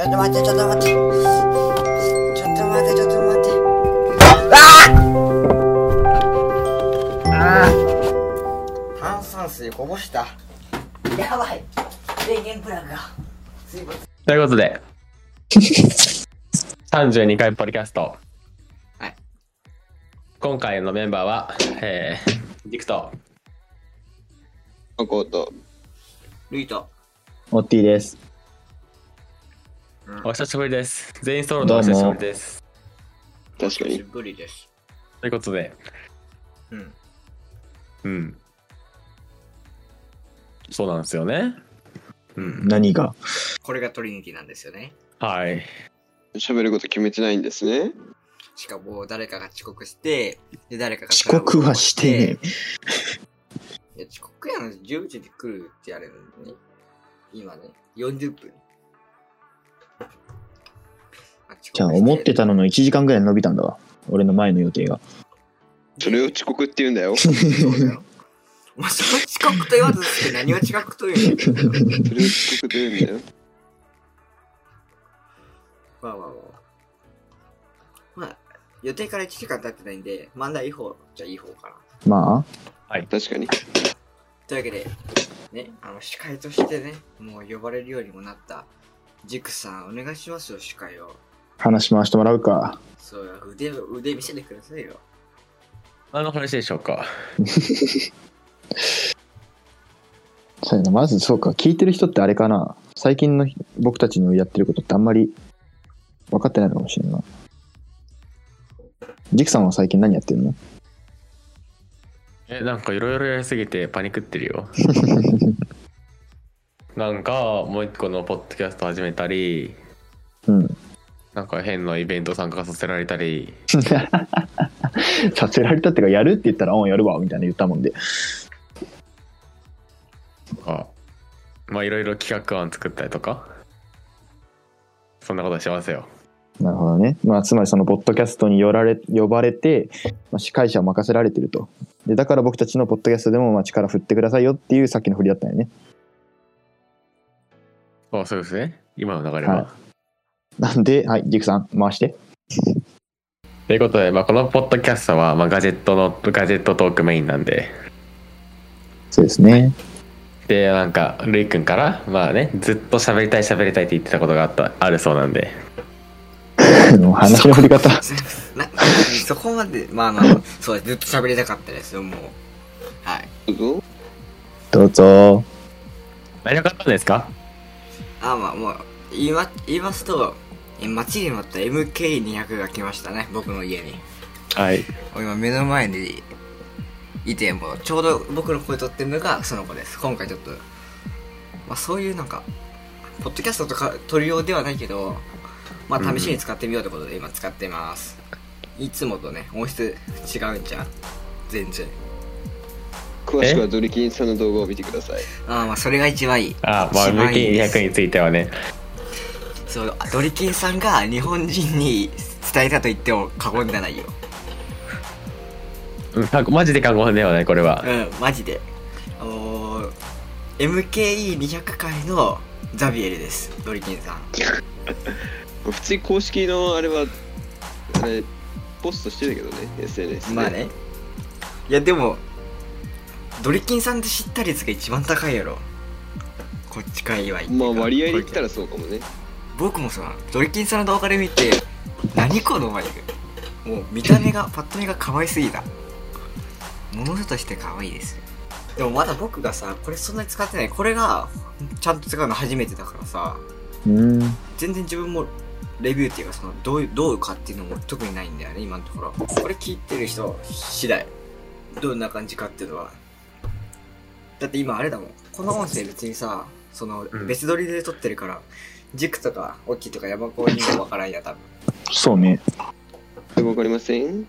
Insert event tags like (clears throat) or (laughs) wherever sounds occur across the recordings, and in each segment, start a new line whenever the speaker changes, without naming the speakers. ちょっと待って、ちょっと待って。ちょっと待って、ちょっと待って。ああ炭酸水こぼした。やばい。電源プラグが。水没。
というこ
(laughs)
とで、32回ポリキャスト。
はい
今回のメンバーは、えー、ディクト、
のコート。
ルイと。
オッティです。
お久しぶりです。全員ソロのお久しぶりです。
確かに。
ぶりです。
ということで、
うん。
うん。そうなんですよね。うん。
何が
これがトリニティなんですよね。
はい。
喋ること決めてないんですね。
しかも誰かが遅刻して、で、誰かが
遅刻はしてね
い
え。
や、遅刻やん。10時で来るってやれるのに、今ね、40分。あ遅刻して
じゃあ思ってたのの1時間ぐらい伸びたんだわ。俺の前の予定が。
それを遅刻って言う
(laughs)
んだよ。
そうだよ。お前、それ遅刻と言わずして何を遅刻と言うの
それを遅刻って言うんだよ。
まあまあまあ。まあ、予定から1時間経ってないんで、まだいい方じゃいい方かな。
まあ、
確かに。
というわけで、ね、あの、司会としてね、もう呼ばれるようにもなった、ジクさん、お願いしますよ、司会を。
話回してもらうか。
そうよ、腕を、腕見せてくださいよ。
何の話でしょうか。
そうやなまずそうか、聞いてる人ってあれかな。最近の僕たちのやってることってあんまり分かってないのかもしれんな。ジクさんは最近何やってるの
え、なんかいろいろやりすぎてパニックって
(laughs)
るよ。なんか、もう一個のポッドキャスト始めたり、
うん。
なんか変なイベント参加させられたり、
させられたってか、やるって言ったら、うん、やるわ、みたいな言ったもんで。
とか、まあいろいろ企画案作ったりとか、そんなことしてますよ。
なるほどね。まあ、つまりその、ポッドキャストによられ呼ばれて、まあ、司会者を任せられてると。で、だから僕たちのポッドキャストでも、まあ、力振ってくださいよっていうさっきの振りだったよね。
あそうですね。今の流れは。
はなんで、はい、ジクさん、回して。
ということで、まあ、このポッドキャストは、まあ、ガジェットの、ガジェットトークメインなんで、
そうですね。 (laughs)
で、なんか、ルイ君から、まあね、ずっと喋りたい喋りたいって言ってたことがあった、あるそうなんで、
話の振り方。
な (laughs) そこまで、まあまあ、そうずっと喋りたかったですよ、もう。はい。
どうぞ。
どうぞ。
何があったんですか
あまあ、もう、言いま、言いますと、え待ちに待った MK200 が来ましたね、僕の家に。
はい。
もう今目の前にいて、もうちょうど僕の声取ってるのがその子です。今回ちょっと、まあそういうなんか、ポッドキャストとか撮るようではないけど、まあ試しに使ってみようってことで今使ってます。いつもとね、音質違うんじゃん。全然。
詳しくはドリキンさんの動画を見てください。
ああまあそれが一番いい。
あ、まあ、
一
ルイ
番いい
君
です
200についてはね、
そう、ドリキンさんが日本人に伝えたと言っても過言ではないよ。
うんかマジで過言ではない、これは。
うん、マジで。あのー、MKE200 回のザビエルです、ドリキンさん。
普通に公式のあれは、あれ、ポストしてたけどね、SNS で。
まあね。 (laughs) いやでも、ドリキンさんって知った率が一番高いやろ。こっち界隈っていうか
まあ割合で言ったらそうかもね。
僕もそうなの。ドリキンさんの動画で見て、何このマイク。もう見た目
(laughs)
が、パッと見が可愛すぎた。ものとして可愛いです。でもまだ僕がさ、これそんなに使ってない。これが、ちゃんと使うの初めてだからさ、
うん。
全然自分もレビューっていうか、その、どういう、どうかっていうのも特にないんだよね、今のところ。これ聞いてる人次第。どんな感じかっていうのは。だって今あれだもん。この音声別にさ、その
う、ん
別撮りで撮ってるから、軸とか、オッキーとか山子にもわからんや、多分。
そうね。
でもわかりません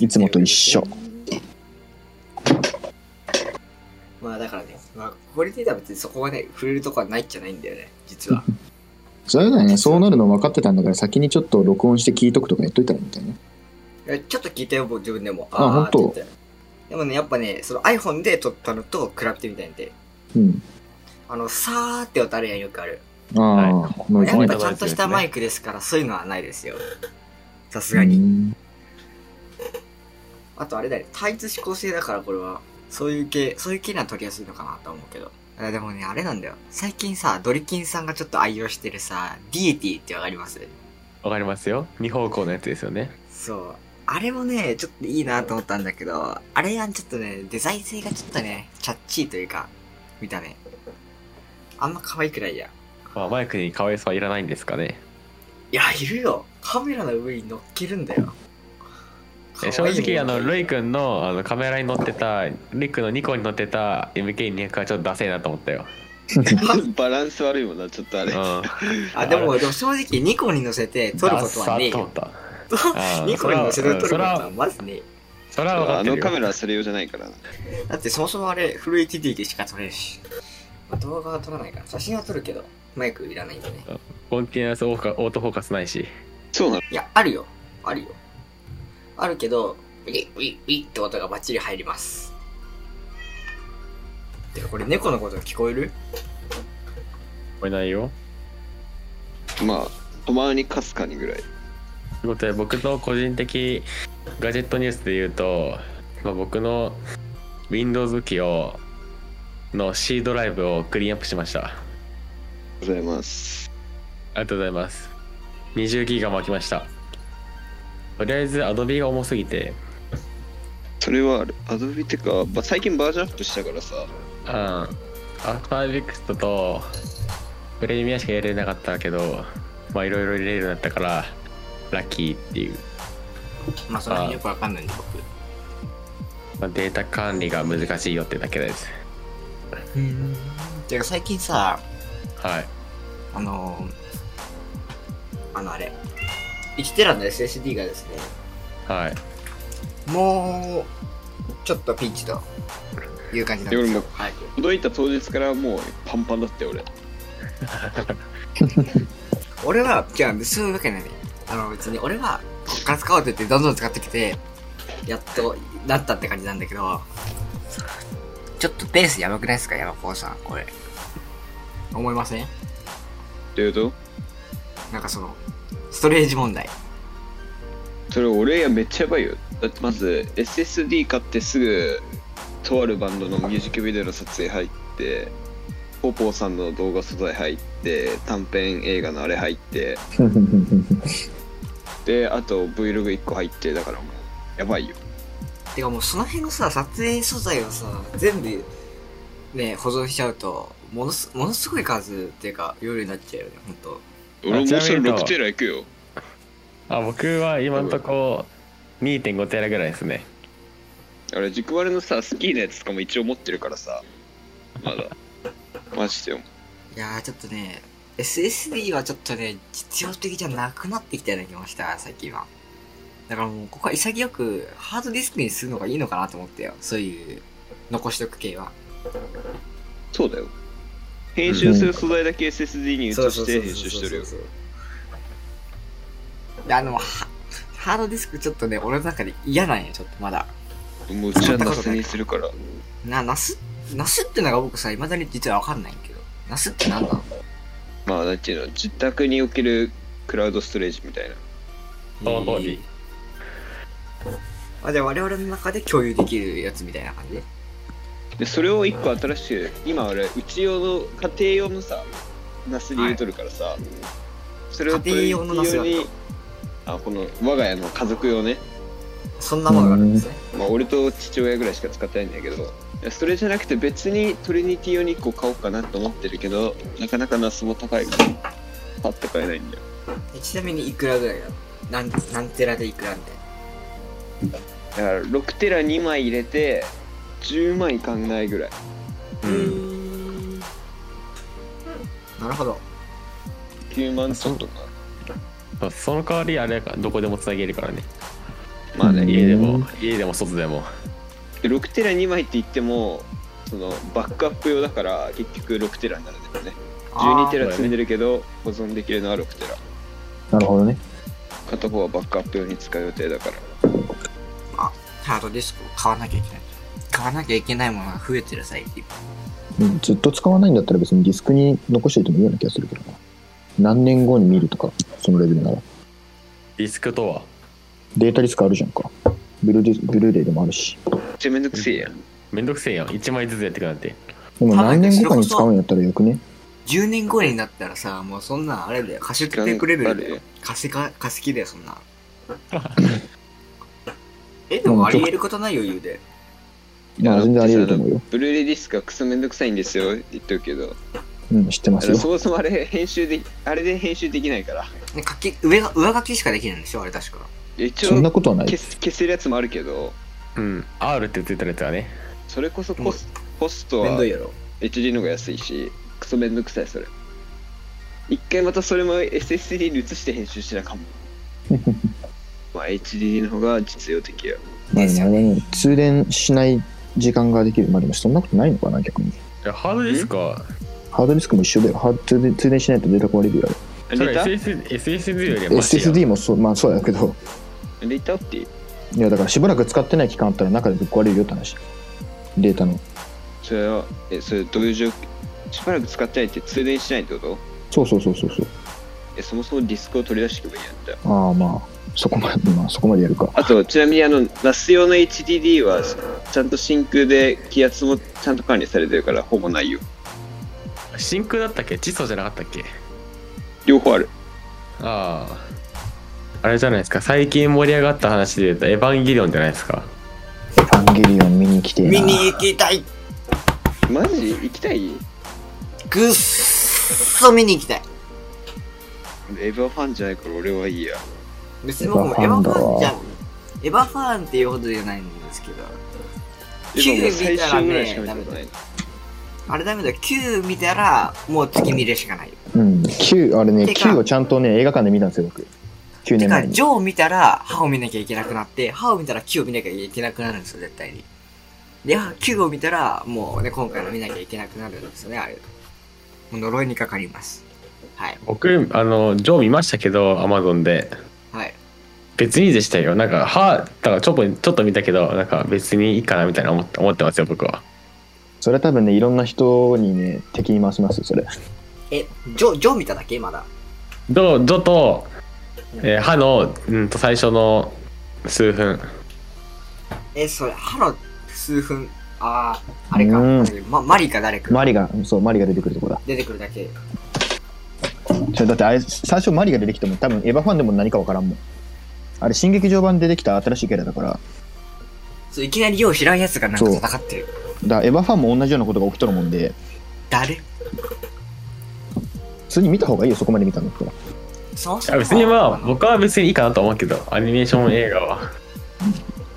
いつもと一緒。
まあだからね、まあ、これで言えば別にそこはね、触れるとこはないっちゃないんだよね、実は。
そうだよね。そうなるの分かってたんだから、先にちょっと録音して聞いとくとかやっといたらみたいな。
えちょっと聞いたよ、僕自分でも。
あ
ーって言
本
っ
当
てでもね、やっぱね、その iPhone で撮ったのと比べてみたいんで、
うん。
あの、さーって音あるやん、よくある。
ああ、もう
はい
や
一
っ
枚
ぱ
だ
ちゃんとしたマイクですから、そういうのはないですよ。さすが
う
に。
ん (laughs)
あとあれだよ、単一指向性だからこれは、そういう系、そういう系には取りやすいのかなと思うけど。あでもね、あれなんだよ。最近さ、ドリキンさんがちょっと愛用してるさ、ディエティってわかります
わかりますよ二方向のやつですよね
そう。あれもね、ちょっといいなと思ったんだけど、あれはちょっとね、デザイン性がちょっとね、チャッチーというか、見た目。あんま可愛くないや。
まあマイクに可愛さはいらないんですかね
いや、いるよ。カメラの上に乗っけるんだよ。
え正直あのル
イ。
イ君のあのカメラに乗ってたルイ君のニコンに乗ってた MK200 はちょっとダセえなと思ったよ、
(laughs) バランス悪いもんな、ちょっとあ
うん、
れ。
あ、でも、でも正直、ニコンに乗せて撮ることはねえ
ダッサと思
よ
っ。たうん
(laughs) ニコンに乗せて撮るこ
そ
と
れ
は
は
まずねえよ
それは分か
あ
って
の
る
カメ
よ
ラはそれ用じゃないからな。
だってそもそもあれ、フル HD でしか撮れるし。まあ動画は撮らないから、写真は撮るけど、マイクいらないんでね。
コンティニュアスオーカオートフォーカスないし
そうなの
いや、あるよ。あるよ。あるけど、ウィウィウィって音がバッチリ入ります。てか、これ猫のこと聞こえる
聞こえないよ
まあ、たまにかすかにぐらい。
ということで僕の個人的ガジェットニュースで言うと、まあ、僕の Windows 機をの C ドライブをクリーンアップしました
ありがとうございます。
ありがとうございます20ギガも開きましたとりあえず Adobe が重すぎて
それはある、アドビってか、まあ最近バージョンアップしたからさ、
うんアフタービクストとプレミアしか入れれなかったけどまあいろいろ入れるようになったからラッキーっていう、
まあ、その辺よくわかんないんで、僕。
まあ、データ管理が難しいよってだけです
てか、最近さ、
はい
あのー、あのあれ、1テラの SSD がですね、
はい
もう、ちょっとピンチという感じなんです
いや
よ
俺も。
はい。
届いた当日からもうパンパンだったよ、俺。
俺は、じゃあ、そういうわけない。あの、別に俺は、こっから使おうって言って、どんどん使ってきて、やっと、なったって感じなんだけど、ちょっとペースやばくないですか、山高さん、これ。思いません
というと、
なんかその、ストレージ問題。
それ俺やめっちゃやばいよ。だってまず SSD 買ってすぐ、とあるバンドのミュージックビデオの撮影入って、ポポーさんの動画素材入って、短編映画のあれ入って、で、あと Vlog1 個入って、だからもう、やばいよ。
てかもうその辺のさ、撮影素材をさ、全部、ね、保存しちゃうと、ものす、ものすごい数っていうか、夜になっちゃうよね、ほんと。
俺も
ちなみに
うそれ
どう
6テラいくよ。
あ僕は今んとこ2.5テラぐらいですね
あれ、軸割れのさ、スキーのやつとかも一応持ってるからさ、まだ。 (laughs) マジでよ。
いやー、ちょっとね、SSD はちょっとね、実用的じゃなくなってきたような気もした、最近は。だからもう、ここは潔く、ハードディスクにするのがいいのかなと思ってよ。そういう、残しとく系は。
そうだよ。編集する素材だけ SSD に移
そうそ
し
うそう
て編集してるよ。
そうそうそうであの、はハードディスクちょっとね、俺の中で嫌なんよ、ちょっとまだ。
もううちはなすにするから。
な、ナス、ナスってのが僕さ、未だに実はわかんないんやけど。ナスってなんなの
まあ、なんていうの、自宅におけるクラウドストレージみたいな。
その通り
えーあ、じゃあ我々の中で共有できるやつみたいな感じ
で、それを一個新しく、今俺、うち用の、家庭用のさ、ナスに入れとるからさ、それを
家庭用のナスだと
取り入れるようにあ、この我が家の家族用ね。
そんなものがあるんですね。
まあ、俺と父親ぐらいしか使ってないんだけどそれじゃなくて別にトリニティ用に1個買おうかなと思ってるけどなかなかナスも高いからパッと買えないんだよ
えちなみにいくらぐらいなのなん、なんテラでいくらみたいな。
だから6テラ2枚入れて10万いかんないぐらい
うん
なるほど。
9万ちょっとか
そうその代わりあれかどこでもつなげるからね
まあね
家
家
で
で
も家でも外でも
で6テラ2枚って言ってもそのバックアップ用だから結局6テラになるんだよね12テ
ラ。
ラ積んでるけど保存できるのは6テ
な
ラ
るほどね。
片方はバックアップ用に使う予定だから
ハードディスクを買わなきゃいけない。使わなきゃいけないものが増えてる最近
うんずっと使わないんだったら別にディスクに残しておいてもいいような気がするけどな何年後に見るとかそのレベルなら
ディスクとは
データリスクあるじゃんかブルーディスブルーレイでもあるし
ちゃめんどくせえやん。
めんどくせえやん1枚ずつやってくなんて
でも
ただ
何年後かに使うんやったらよくね
10年後になったらさもうそんなんあれだよ貸しテープレベルだよ化石化化石だよそん (laughs) なえでもありえることない余裕で
まあ全然あり得ると思うよ。
ブルーレイディスクはクソめんどくさいんですよ、言っとくけど。
うん知ってま
あ
す
の
よ
そもそもあれ、編集で、あれで編集できないから。
ね書き上が上書きしかできないんでしょあれ確か
一
そんな
応
ことはない
消す消せるやつもあるけど、
うん R ってついたやつはね
それこそコス,、コスト
めん
は
どいやろ
HD の方が安いし、クソめんどくさい、それ。一回またそれも SSD に移して編集しなあか (laughs) んもん。まあ、HD の方が実用的や。
まあでもあれだね通電しない時間ができるまあでもそんなことないのかな逆に
いやハードディスクは
ハードディスクも一緒だよハード通電通電しないとデータ壊れるよ
それ
レタ
SS SSD より
あ
は
れ
マシやん
SSD もそうまあそうだけど
レタって
いやだからしばらく使ってない期間あったら中でぶっ壊れるよって話データの
それは、え、それどういう状況しばらく使ってないって通電しないってこと
そうそうそうそうそう
え、そもそもディスクを取り出していけばいいやんじゃあ
ああまあそこまでまあそこまでやるか
あと、ちなみにあの、ナス用の HDD は、ちゃんと真空で気圧もちゃんと管理されてるから、ほぼないよ。
真空だったっけ窒素じゃなかったっけ
両方ある。
あああれじゃないですか最近盛り上がった話で言うと「エヴァンゲリオン」じゃないですか
エヴァンゲリオン見に来てえな
見に行きたい
マジ行きたい
ぐっそ見に行きたい
エヴァファンじゃないから俺はいいや。
別に僕もエヴ
エ
ァ
ヴァ
フ
ファンだ
ァン
わ
じゃんエヴァファンっていうほどじゃないんですけど9見
今もう最
たら
終ぐらい
ね
しか見た
ダメ
こと
だ
な
よ
い。
あれダメだよ9見たらもう月見れしかないよ
うん9あれね
てか
9をちゃんとね映画館で見たんですよ僕9
て
年
か
前、に
ジョー見たら歯を見なきゃいけなくなって、歯を見たら9を見なきゃいけなくなるんですよ、絶対に。で、9を見たら、もうね、今回の見なきゃいけなくなるんですよね、あれ。もう呪いにかかります。はい。
僕あのジョー見ましたけどアマゾンで
はい。
別にでしたよなんか歯だからちょっとちょっと見たけどなんか別にいいかなみたいな思って思ってますよ僕は
それは多分ねいろんな人にね敵に回しますよそれ
え、ジョー、ジョー見ただけまだ。
ジョジョと、えー歯のうんと最初の数分
え、それ、歯の数分、あー、あれか
うん。
ま、マリか誰か
マリがそうマリが出てくるとこだ
出てくるだけ。
それだってあれ最初マリが出てきても多分エヴァファンでも何か分からんもんあれ新劇場版でできた新しいキャラだから
そう、いきなりよう知らんやつがなんか
そう
戦ってる。
だからエヴァファンも同じようなことが起きとるもんで
誰
普通に見た方がいいよそこまで見
(laughs)
たんだったら
そう
あ別にまあ僕は別にいいかなと思うけどアニメーション映画は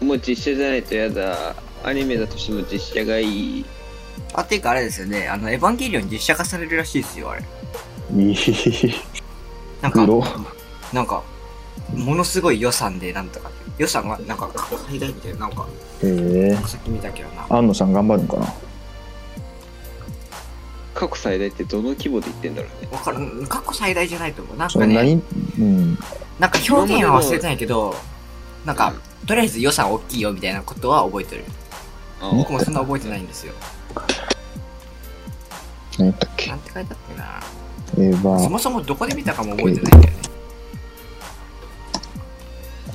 もう実写じゃないとやだ。アニメだとしても実写がいい。
あ、ていうかあれですよね、あの、エヴァンゲリオン実写化されるらしいですよ、あれ。
いい
なんか
グ、ロ
なんか、ものすごい予算で、なんとか、予算が、なんか、海外みたいな、なんか、
へえ
さっき見たけどな。
安野さん頑張るんかな
過去最大ってどの規模で言ってんだろうね。
わかる、過去最大じゃないと思う。なん
そ
か
んな
ね、
にうん
なんか表現は忘れてないけど、なんか、とりあえず予算大きいよみたいなことは覚えてる。
あ
僕もそんな覚えてないんですよ。
何やったっけ
なんて書いてあったっ
エヴ
けな。そ
ァ
もそもどこで見たかも覚えてないんだよね。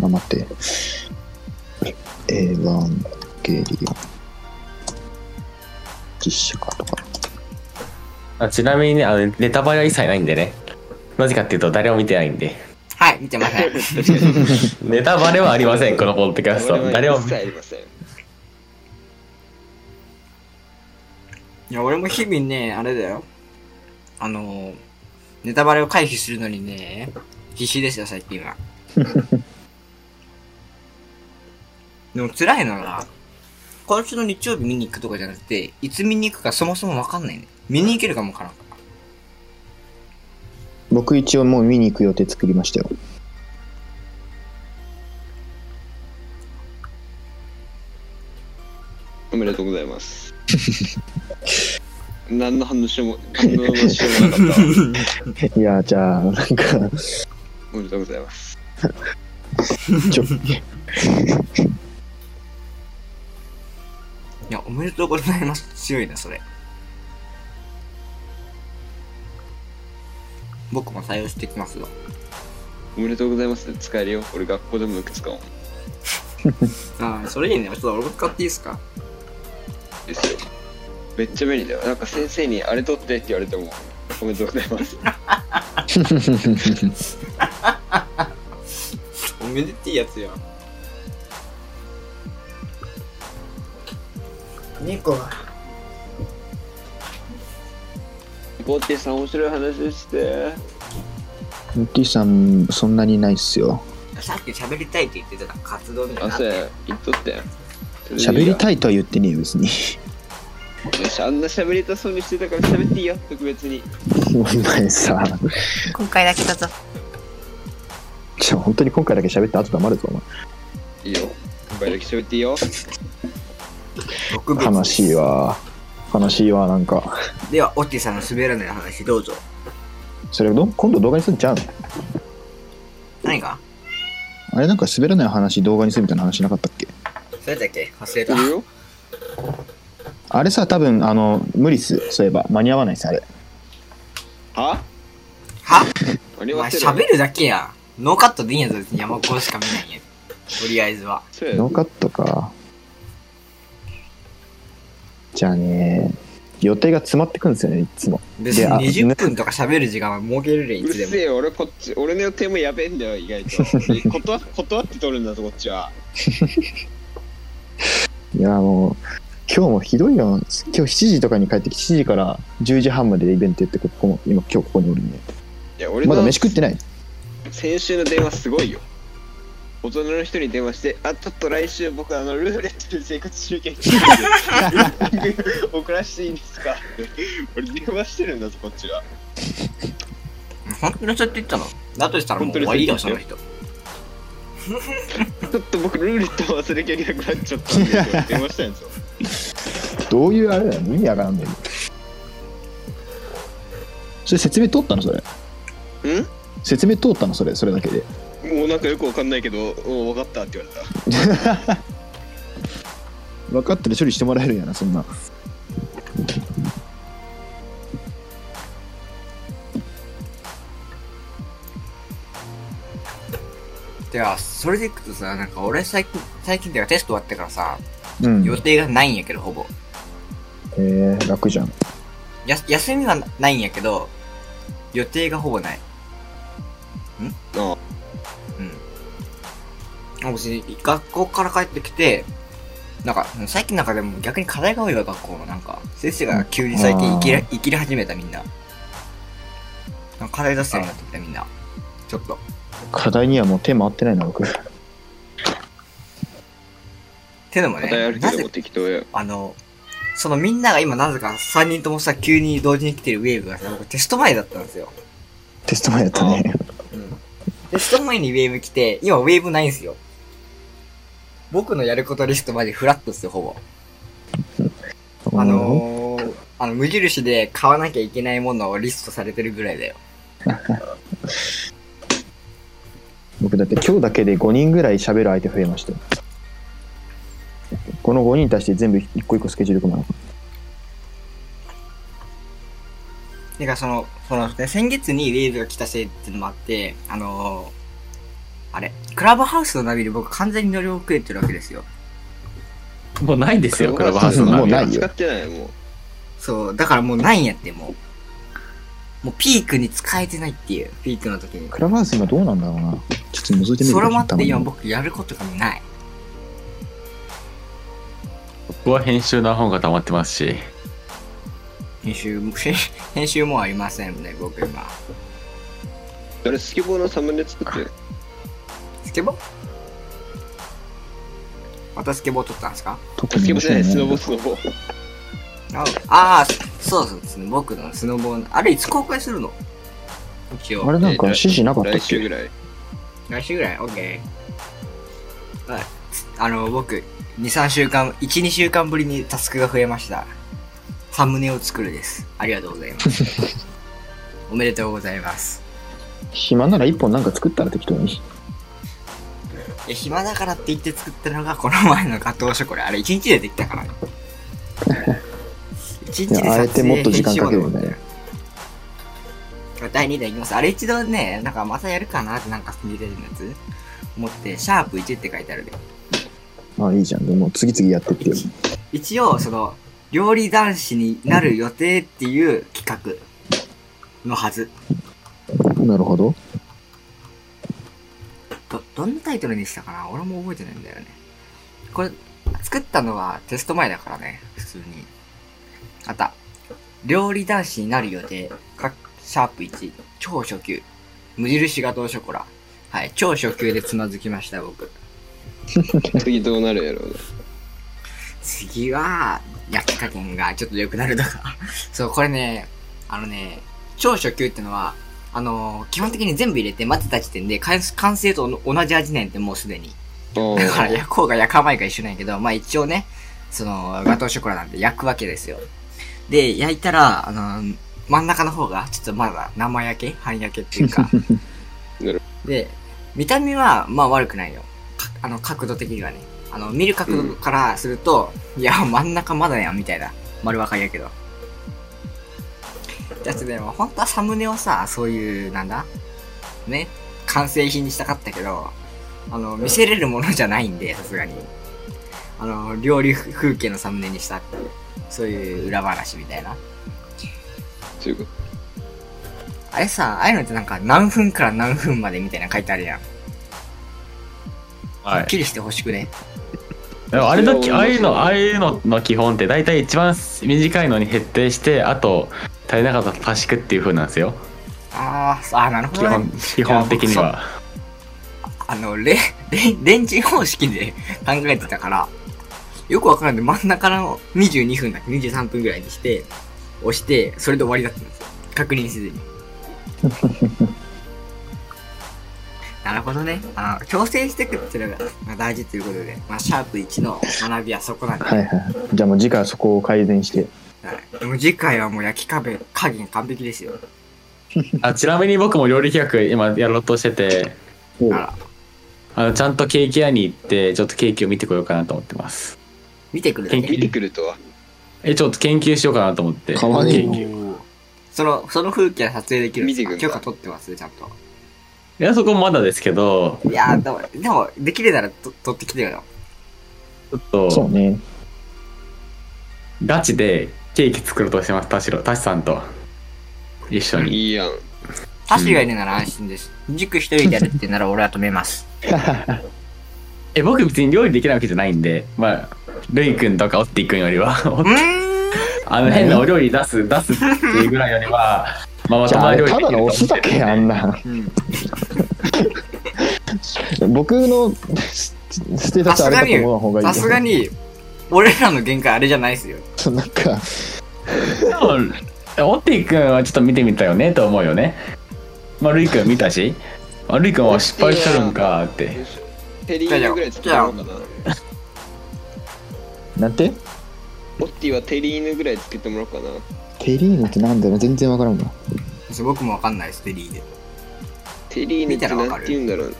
あ待ってエヴァンゲリオン実写化とか
あちなみにねあのネタバレは一切ないんでねなぜかっていうと誰も見てないんで
はい、見てません。
ネタバレはありませんこのポッドキャス
俺
ト
は
誰も
一切ありません。
いや、俺も日々ね、あれだよ。あのー、ネタバレを回避するのにね、必死ですよ、最近 (laughs) は。でも辛いのが、今週の日曜日見に行くとかじゃなくて、いつ見に行くかそもそもわかんないね。見に行けるかもわからんから。
僕一応もう見に行く予定作りましたよ
おめでとうございます。何の反応しようも、反応もしようもなかった
い
わ。
やじゃあなんか
おめでとうございます。
ちょ
いや、おめでとうございます。強いな、それ。僕も採用してきますよ。
おめでとうございます使えるよ俺学校でもいくつかも
ああ、それいいね。ちょっと俺も使っていいですか
ですよめっちゃ便利だよなんか先生にあれ取ってって言われてもおめでとうござい
(laughs)
ます
おめでていやつや猫が
ゴッティさん面白い話して
ィさん、そんなにないっすよ。
さっき喋りたいって言ってた活動みたい
あ
な
そうや言っとったや
喋り
い
たいとは言ってねえよ、別に。
よしあんな喋りたそうにしてたから喋っていいよ特別に
(laughs) お前さ、
今回だけだぞ。
じゃあ本当に今回だけ喋って後黙るぞ、お前。
いいよ今回だけ喋っていいよ
特別
悲しいわ。悲しいわ、なんか。
ではオッティさんの滑らない話どうぞ
それど、今度動画にするんじゃん。
何が
あれなんか滑らない話動画にするみたいな話なかったっけ
それだっけ忘れ
い
た
るよ
あれさ、多分、あの、無理っす。そういえば、間に合わないっす、あれ。
は
は
あり
お前
ません
喋るだけやんノーカットでいいんやぞ別に山子しか見ないんやとりあえずは
そうや
ノーカットか。じゃあね、予定が詰まってくんですよね、いつも。
別に
いや
20分とか喋る時間は設けれるやん
う
い
る
つでも
せえよ俺こっち俺の予定もやべえんだよ意外
(laughs)
とえ断断って取るんだぞこっちはい
や、もう、今日もひどいよ。今日7時とかに帰ってきて、7時から10時半までイベントやって、ここも、今、今日ここにおるんで。
いや俺
まだ
の
飯食ってない。
先週の電話すごいよ大人の人に電話して、あ、ちょっと来週僕あのルーレットで生活集計してるんで
(laughs)
送らせていいんですかって俺電話してるんだぞこっちが
本当にそうやって言ったのだとしたらもう終わりよその人
ちょっと僕ルーレット忘れきゃいけなくなっちゃったんで電話したんですよ
どういうあれだよ、意味わからんねん。それ説明通ったのそれ。説明通ったのそれ、それだけで。
んもうなんかよくわかんないけどお分かったって言われた
分かってる処理してもらえるんやな、そんな。
ではそれでいくとさなんか俺最近最近っていうかテスト終わってからさ
うん。
予
へ
定がないんやけどほぼ
え楽じゃん。
や休みはないんやけど予定がほぼない
あ
あ別に学校から帰ってきてなんかうん最近なんかでも逆に課題が多いわ学校のなんか先生が急に最近生
あー
きら生きり始めたみんななんか課題出すようになってきたみんなちょっと
課題にはもう手回ってないな、僕。
てのも
またや
ね
る
な
けど
ぜ
も適当や
あのそのみんなが今なぜか3人ともさ急に同時に来てるウェーブがさ僕テスト前だったんですよ
テスト前やったね。
テスト前にウェーブ来て、今ウェーブないんすよ。僕のやることリストまでフラットっすよ、ほぼ。あのー、あの、無印で買わなきゃいけないものをリストされてるぐらいだよ。
僕だって今日だけで5人ぐらい喋る相手増えましたよこの5人に対して全部一個一個スケジュール組まな
てか、その、その、ね、先月にウェーブが来たせいっていうのもあって、あのー、あれ、クラブハウスのナビで僕完全に乗り遅れてるわけですよ。
もうないですよ、クラブハウスの
も
ナ
う
ビ
な
は。
いよ
使ってないもう
そう、だからもうないんやって、もう。もうピークに使えてないっていう、ピークの時に。
クラブハウス今どうなんだろうなちょっと覗いてみる
それもあって今
たま
僕やることがない。
僕は編集の本が溜まってますし。
編集、 (laughs) 編集もありませんね、僕今。
あれスケボーのサムネ作って
スケボーまたスケボー撮ったんですか
に特
ス
に
ケ
面
ボーじ
白
ゃないい
ね
スノボスノボ
ああー、そうそうですね、僕のスノボーの、あれいつ公開するの一
あ
応。
れなんか指示なかった
来
っ
週ぐ
け
らい
来週ぐらいオッケー。はい。あの、僕、2、3週間、1、2週間ぶりにタスクが増えました。サムネを作るです。ありがとうございます。
(laughs)
おめでとうございます。
暇なら一本なんか作ったら適当に (laughs)
いや、暇だからって言って作ったのが、この前のガトーショコラ。あれ、1日でできたから。 1日
い
で
やあれって
撮影
もっと時間かけるよね
編集まで持って第2弾いきますあれ一度ねなんかまたやるかなってなんか見れるやつ思ってシャープ1って書いてあるね
あいいじゃんでも次々やってってよ
一応その料理男子になる予定っていう企画のはず
なるほど
どどんなタイトルにしたかな俺も覚えてないんだよねこれ作ったのはテスト前だからね普通にあった料理男子になる予定かシャープ1超初級無印ガトーショコラはい超初級でつまずきました僕
(laughs) 次どうなるやろうね
次は焼き加減がちょっと良くなるとか (laughs) そうこれねあのね超初級ってのはあのー基本的に全部入れて混ぜた時点で完完成と同じ味なんてもうすでに
あ
だから
ー
焼こうが焼かないが一緒なんやけど、まあ一応ね、その、ガトーショコラなんで焼くわけですよ。で、焼いたら、あの、真ん中の方が、ちょっとまだ生焼け半焼けっていうか
なる。
で、見た目は、まあ悪くないよ。かあの、角度的にはね。あの、見る角度からすると、いや、真ん中まだやん、みたいな。丸分かりやけど。だってでも、本当はサムネをさ、そういう、なんだね、完成品にしたかったけど、あの、見せれるものじゃないんで、さすがに。あの、料理風景のサムネにしたっていう、そういう裏話みたいな。
そういうこ
あれさ、ああいうのってなんか何分から何分までみたいなの書いてあるやん。
は
はっ
い
きりしてほしくね。
でもあれだけああいうのああいうのの基本って大体一番短いのに設定してあと足りなかったら足しくっていう風なんですよ
あー、あーなるほ
基
ど、
本
ね。
基本的には
あの、レ、レ、レンチン方式で考えてたから、よくわからんで真ん中の22分だっけ ?23 分ぐらいにして、押して、それで終わりだったんですよ。確認せ
(laughs)
ずに。なるほどね。あの、調整していくっていうのがまあ大事ということで、まあ、シャープ1の学びはそこなんで。
はいはいじゃあもう次回はそこを改善して
はい、でも次回はもう焼き加減加減完璧ですよ。
あちなみに僕も料理企画今やろうとしてて
おう
あら、
あのちゃんとケーキ屋に行ってちょっとケーキを見てこようかなと思ってます
見てくるだ
と
研
け
究
見てくるとは
えちょっと研究しようかなと思って
かわいい
ケーキ
その、その風景は撮影できるんですか
見てくん
許
だ
可取ってますちゃんと。
いやそこまだですけど
いやー、でも、でも、できるならと撮ってきてよ。
ちょっと
そうね
ガチでケーキ作ろうとしてます田代田代さんと一緒に
いいやん
タシがいるなら安心です。塾一人でやるってなら俺は止めます。
え僕別に料理できないわけじゃないんでまあるいくんとかおっていくんよりは (laughs)
うーん。
あの変なお料理出す出すっていうぐらいよりはまあま
じ
と
ゃあ
も
あ
な料
れ
理
ただのオスだけやあんな
うん。
僕のスステータスあれだと思う方がいいよ
さすがに、俺らの限界あれじゃないですよ。
そう (laughs) なんか
でもおっていくんはちょっと見てみたよねと思うよねまあるいくん見たしあるいくんは失敗しとるんかって
ペリーニぐらい作ろうかな
なんて
オッティはテリーヌぐらい作ってもらおうかな
テリーヌってなんだろう全然わからんわ
僕もわかんないです、デリーで。
テリーヌってなんて言うんだろう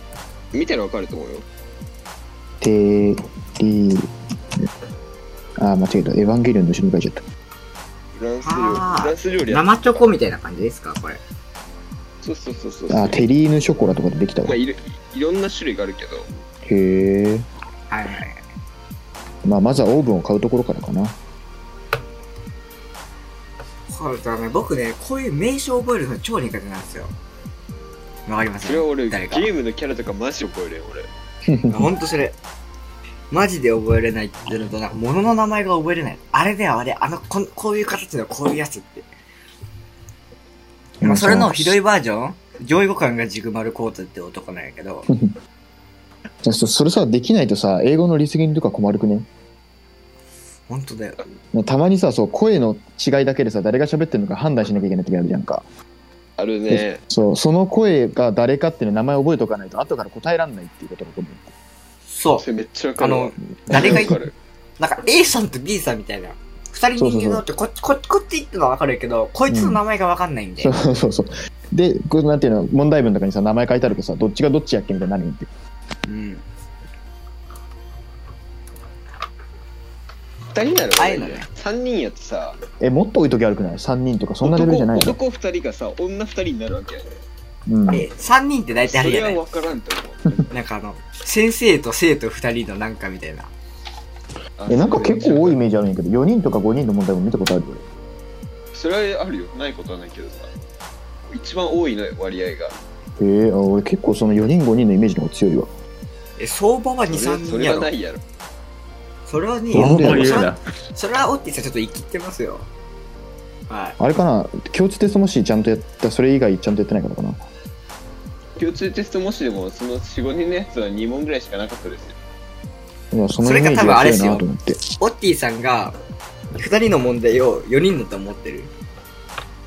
見たらわかると思うよ
テリーああ間違えたエヴァンゲリオンの後ろに書いちゃった
フランス料
あー
理フランス料理や
生チョコみたいな感じですかこれ。
そうそうそうそう
あーテリーヌショコラとかでできたわ
まあ
へ
いろいろんな種類があるけど
え、
はいはいはい。
まあ、まずはオーブンを買うところからかな
そうだね、僕ね、こういう名称覚えるの超苦手なんですよ。わかります
それは俺ゲ
誰か。
ームのキャラとかマジ覚えるよ俺
ほんとそれ。マジで覚えれないってのと、なんか物の名前が覚えれない。あれだよ、あれ。あの、こんこういう形のこういうやつって。でもそれのひどいバージョン上位互換がジグマルコートって男なんやけど。
じゃあそそれさできないとさ英語のリスニングとか困るくね
ほんとだよ。
ねたまにさそう声の違いだけでさ誰が喋ってるのか判断しなきゃいけない時あるじゃんか
あるね
そうその声が誰かっていう名前覚えとかないと後から答えらんないっていう (laughs) ことが起こる
そ
それめっちゃわ
う。
か
あ
るわ
の、誰が
わかる
なんか A さんと B さんみたいな。二人人間だってこっち、こっち、こっち行ってのはわかるけど、こいつの名前がわかんないんで。
そうそうそうでこうなんていうの問題文とかにさ名前書いてあるけどさどっちがどっちやっけみたいになるんって
うん。
二人なら
あえなね
三人やってさ
え、もっと多い時あるくない ?3 人とか、そんなレベルじゃないの
男男二人がさ女二人になるわけやね
うん。
え、3人って大体あ
そ
るじゃ
れ
な
はい分からんと思う
なんかあの、先生と生徒2人のなんかみたいな。
あ
え、なんか結構多いイ
それ
メージあるんやけど、4人とか5人の問題も見たことあるよ。
それはあるよないことはないけどさ一番多いのよ割合が
えー、あ俺結構その4人5人のイメージの方が強いわ。
え、相場は2、
それ
3
そ
人
れ
や
は
ろ
な。いやろ
それはね、
なんで
もう言う
それ
な
は、それはオッティさんちょっと生きてますよ。はい。
あれかな共通テストもしちゃんとやった、それ以外ちゃんとやってないからかな。
共通テストもしでもその45人のやつは2問ぐらいしかなかったですよ
いや、その
そ
イ
れ
メ
が
ー
多分
ジが
あれっ
強い
すよ
なと思って。
オッティさんが2人の問題を4人だと思ってる。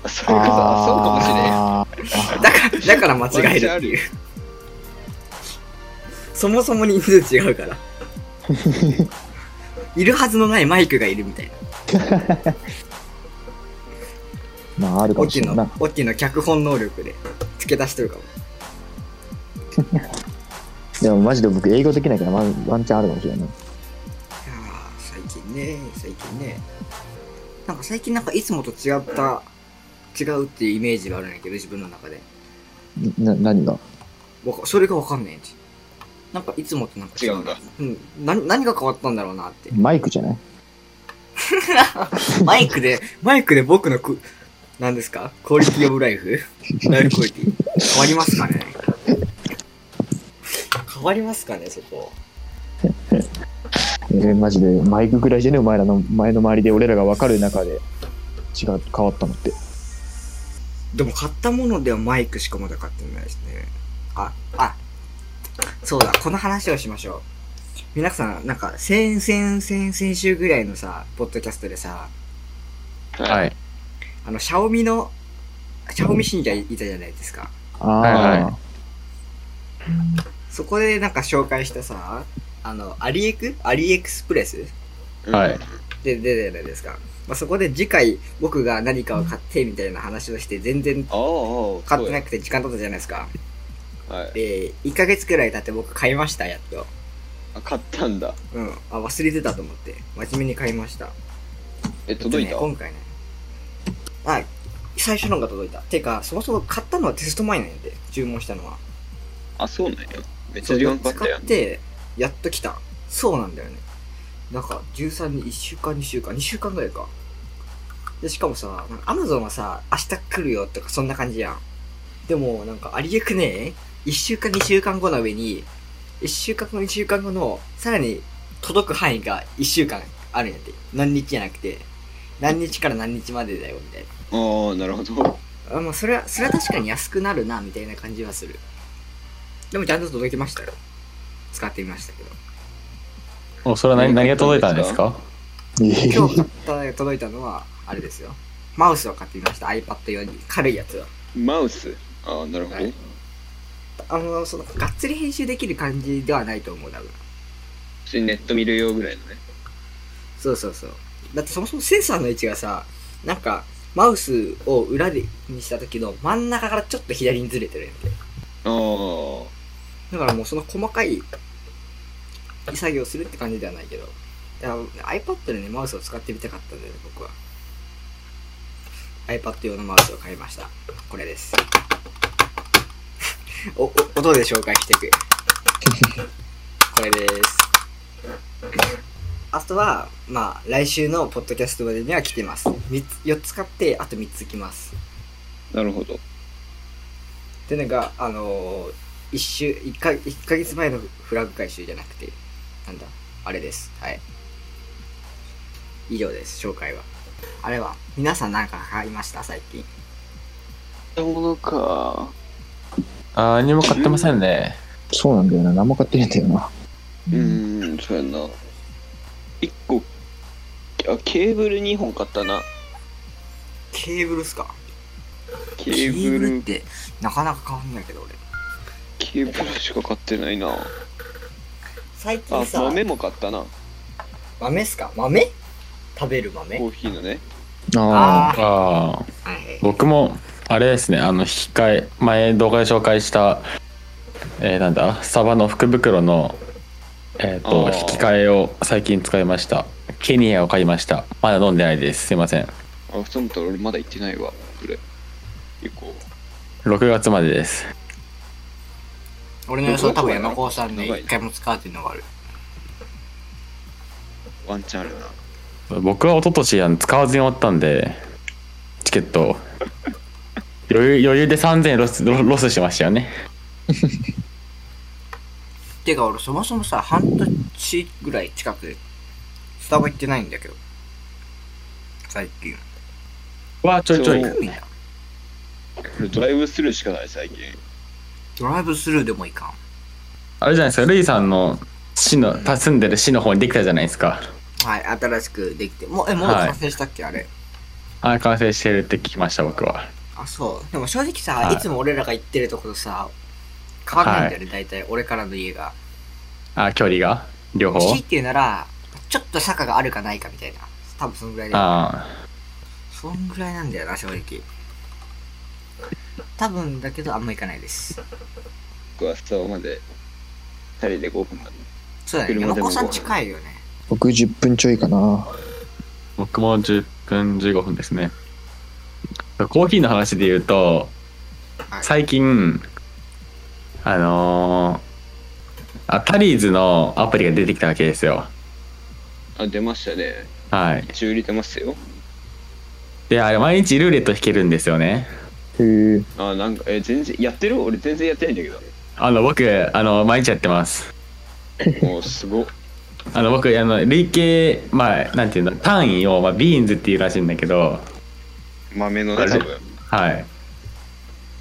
それこそあそうかもしれん
だから、だから間違えるっていう。そもそも人数違う
(laughs)
から。いるはずのないマイクがいるみたいな。
まあ、あるか
オ
も
ッ
し
ティ
れんな
の。、オッティの脚本能力で付け出してるかも。
でもマジで僕英語できないからワンワンチャンあるかもしれない。
いやー最近ね最近ねなんか最近なんかいつもと違った違うっていうイメージがあるんやけど自分の中で
な何が
わかそれがわかんないんですなんかいつもとなんか
違うんだ、
うん、な何が変わったんだろうなって
マイクじゃない
マイクでマイクで僕のく何ですかクオリティオブライフライフクオリティ変わりますかね変わりますかねそこ
えーマジでマイクぐらいじゃねお前らの前の周りで俺らが分かる中で違う変わったのって
でも買ったものではマイクしかまだ買ってないですね。あ、あ、そうだ、この話をしましょう。皆さん、なんか、先々、先々週ぐらいのさ、ポッドキャストでさ、
はいい
あの、シャオミの、シャオミ信者いたじゃないですか。
ああ、
はいは
そこでなんか紹介したさ、あの、アリエクアリエクスプレス
はい
で出たじゃないですか。まあ、そこで次回僕が何かを買ってみたいな話をして、全然
ああああ
買ってな
く
くて時間経ったじゃないですか。
はい
で、1ヶ月くらい経って僕買いました、やっと。
あ買ったんだ
うん、あ忘れてたと思って真面目に買いました
え届い
でね
た
今回ねあ最初のが届いたてかそもそも買ったのはテスト前なんやで注文したのは
あそうなんやめっちゃ時間かかったやん
使ってやっと来たそうなんだよねなんか13に1週間2週間2週間ぐらいかでしかもさなんか Amazon はさ明日来るよとかそんな感じやんでもなんかありえくね1週間2週間後の上に1週間後2週間後のさらに届く範囲が1週間あるんやって何日じゃなくて何日から何日までだよみたいな
ああなるほど (laughs)
あまあそれはそれは確かに安くなるなみたいな感じはするでもちゃんと届きましたよ使ってみましたけど
おそれは何何が届いたんですか
い、
今日買った届いたのはあれですよマウスを買ってみました iPad 用に軽いやつを
マウスああなるほど、
はいあのそのがっつり編集できる感じではないと思う多分
普通にネット見るよぐらいのね
そうそうそうだってそもそもセンサーの位置がさなんかマウスを裏でにした時の真ん中からちょっと左にずれてるんで
あ
だからもうその細かい作業するって感じではないけどだから iPad でねマウスを使ってみたかったんだよね僕は iPad 用のマウスを買いましたこれです (laughs) おお音で紹介していくこれですあとはまあ来週のポッドキャストまでには来てます三つ4つ買ってあと3つ来ます
あなるほど
でなんかあのー、一週一か一ヶ月前のフラッグ回収じゃなくてなんだあれですはい以上です紹介はあれは皆さんなんか買いました最近
買ったものか
あー何も買ってませんね
そうなんだよな何も買ってないんだよな
うーんそうやんな1個あケーブル2本買ったな
ケーブルっすか
ケーブル
ってなかなか変わんないけど俺
ケーブルしか買ってないな
最近
あ
さ
豆も買ったな
豆っすか豆食べる豆
コーヒーのね
あ
あー
ああ
はいはい
僕もあれですねあの引き換え前動画で紹介したえーなんだサバの福袋のえっ、
あ
と
ー
引き換えを最近使いましたケニアを買いました。まだ飲んでないです。すいません。
あ、そう思ったら俺まだ行ってないわ、ブレ。行こう。
6月までです。
俺の予想多分山高さんで一回も使うっていうのがある。
ワンチャンあるな。
僕は一昨年あの使わずに終わったんで、チケットを (laughs) 余裕余裕で3000円ロスロロスしましたよね。
てか俺そもそもさ、半年ぐらい近く、スタバ行ってないんだけど。最近。
はちょいちょい
そう
いいな
俺ドライブスルーしかない、最近。
ドライブスルーでもいかん。
あれじゃないですか、ルイさんの市の、た住んでる市の方にできたじゃないですか。
はい、新しくできて。もう、え、もう
はい
完成したっけ、あれ。
あれ完成してるって聞きました、僕は。
あ、そう。でも正直さ、
はい
い、つも俺らが行ってるとことさ、変わんないんだよね、大体。俺からの家が。
あ、距離が両方
強いて言うなら、ちょっと坂があるかないかみたいな。多分そのぐらいだよ。
あ
そんぐらいなんだよな、正直。多分だけど、あんま行かないです。
僕はスタバまで2人で5分まで。
そうだよね。
車
山
でも
子さん近いよね。
僕10分ちょいかな。
僕も10分15分ですね。コーヒーの話で言うと、
はい
最近、あのーあ、タリーズのアプリが出てきたわけですよ。
あ、出ましたね。
はい。
一応入れてますよ。
で、あれ、毎日ルーレット弾けるんですよね。
へえ。
あ、なんか、え、全然、やってる俺全然やってないんだけど。
あの、僕、あの、毎日やってます。
もうすごっ。
あの、僕、あの、累計、まあ、なんていうの、単位を、まあ、ビーンズっていうらしいんだけど、
豆のね、多分。
はい。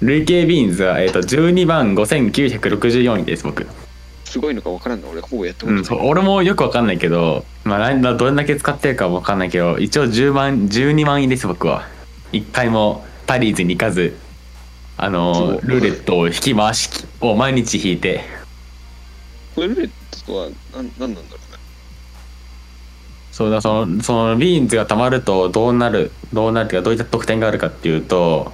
累計ビーンズは、えっ、と、12万5964位です、僕。
すごいのか分からんの俺ほぼやったこ
うん、
と
そう
ない。
俺もよくわかんないけど、まあ、なんだどれだけ使ってるかわかんないけど一応10万12万円です僕は一回もタリーズに行かずあの
そう
ルーレットを引き回しを毎日引いて
これルーレットはなんなんなんだろうね。
そうだそのそのビーンズがたまるとどうなるどうなるっていうかどういった特典があるかっていうと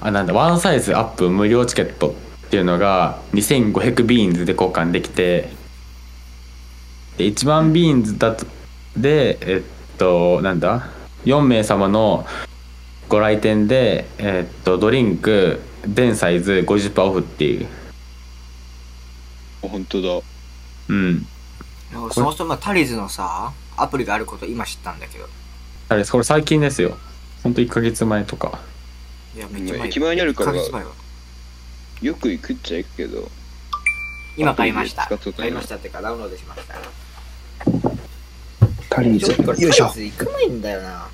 あなんだワンサイズアップ無料チケットっていうのが2500ビーンズで交換できてで1万ビーンズだとでえっとなんだ4名様のご来店で、えっと、ドリンク全サイズ50%オフっていう
あ本当だ。
うん
でもそもそもタリーズのさ、アプリがあること今知ったんだけど。
あれですこれ最近ですよほんと1ヶ月前とか
いや、めっちゃ前。
駅前にあるから
一ヶ月前は
よく行くっちゃ行くけど、
今買いました
アプリで使っとったんや。
買いましたっていうか、ダウンロードしました。
タリ
ちょっとこ
ー
れ、
ズ。よいしょ
タ。リーズ行かないんだよな。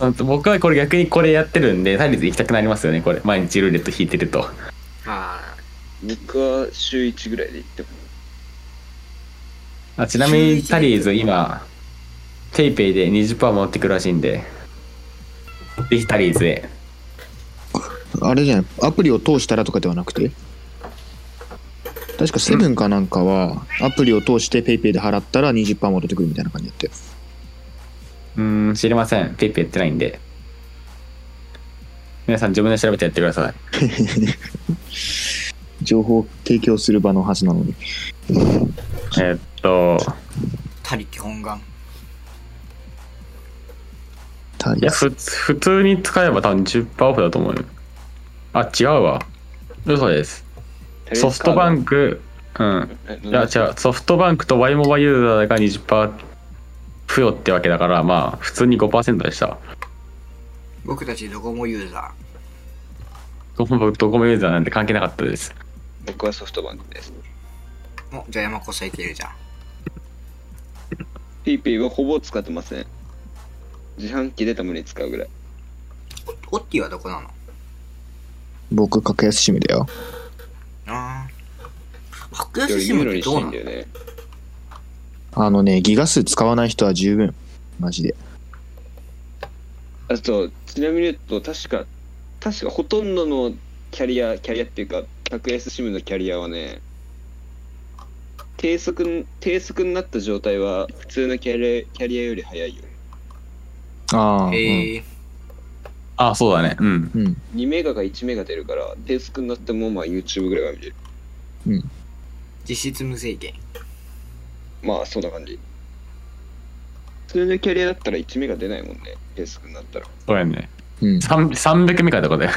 あと僕はこれ逆にこれやってるんで、タリーズ行きたくなりますよね、これ。毎日ルーレット引いてると。
あ
僕は週1ぐらいで行っても。
あちなみにタリーズ今、ペイペイで20%戻ってくるらしいんで、ぜひタリーズへ。
あれじゃないアプリを通したらとかではなくて確かセブンかなんかはアプリを通して PayPay で払ったら20%戻ってくるみたいな感じだって
うーん、知りません。ペイペイやってないんで。皆さん自分で調べてやってください。
情報提供する場のはずなのに
えーっと、
他力本願。
タリ
いや、ふ、普通に使えば多分10%オフだと思うよ。あ、違うわ。嘘です。ソフトバンク、うん。
え。
い
い
や違うソフトバンクと Y モバユーザーが20%付与ってわけだからまあ普通に5%でした
僕たちドコモユーザ
ドコモドコモユーザーなんて関係なかったです
僕はソフトバンクです。
ー。お、じゃあ山子さんいけるじゃん。
ペイペイはほぼ使ってません。自販機でたまに使うぐらい。
オッティはどこなの
僕格安趣味だよ
ああ。格安
夜
シ
ユ
ムっ
ーロ
て
にし
どう
たい
なんの
だよね。
あのねギガ数使わない人は十分マジで
あと、ちなみに言うと、確か、確かほとんどのキャリア、キャリアっていうか、格安シムのキャリアはね、低速、低速になった状態は普通のキャリアキャリアより早いよ。
ああ、
へえ。
あそうだねうん
うん、うん
2メガか1メガ出るから、低速になってもまあ YouTube ぐらいは見れる。
実質無制限。
まあそんな感じ普通のキャリアだったら1メガ出ないもんね原則になったら
そうやね
うん。
3 300メガってこと (laughs) や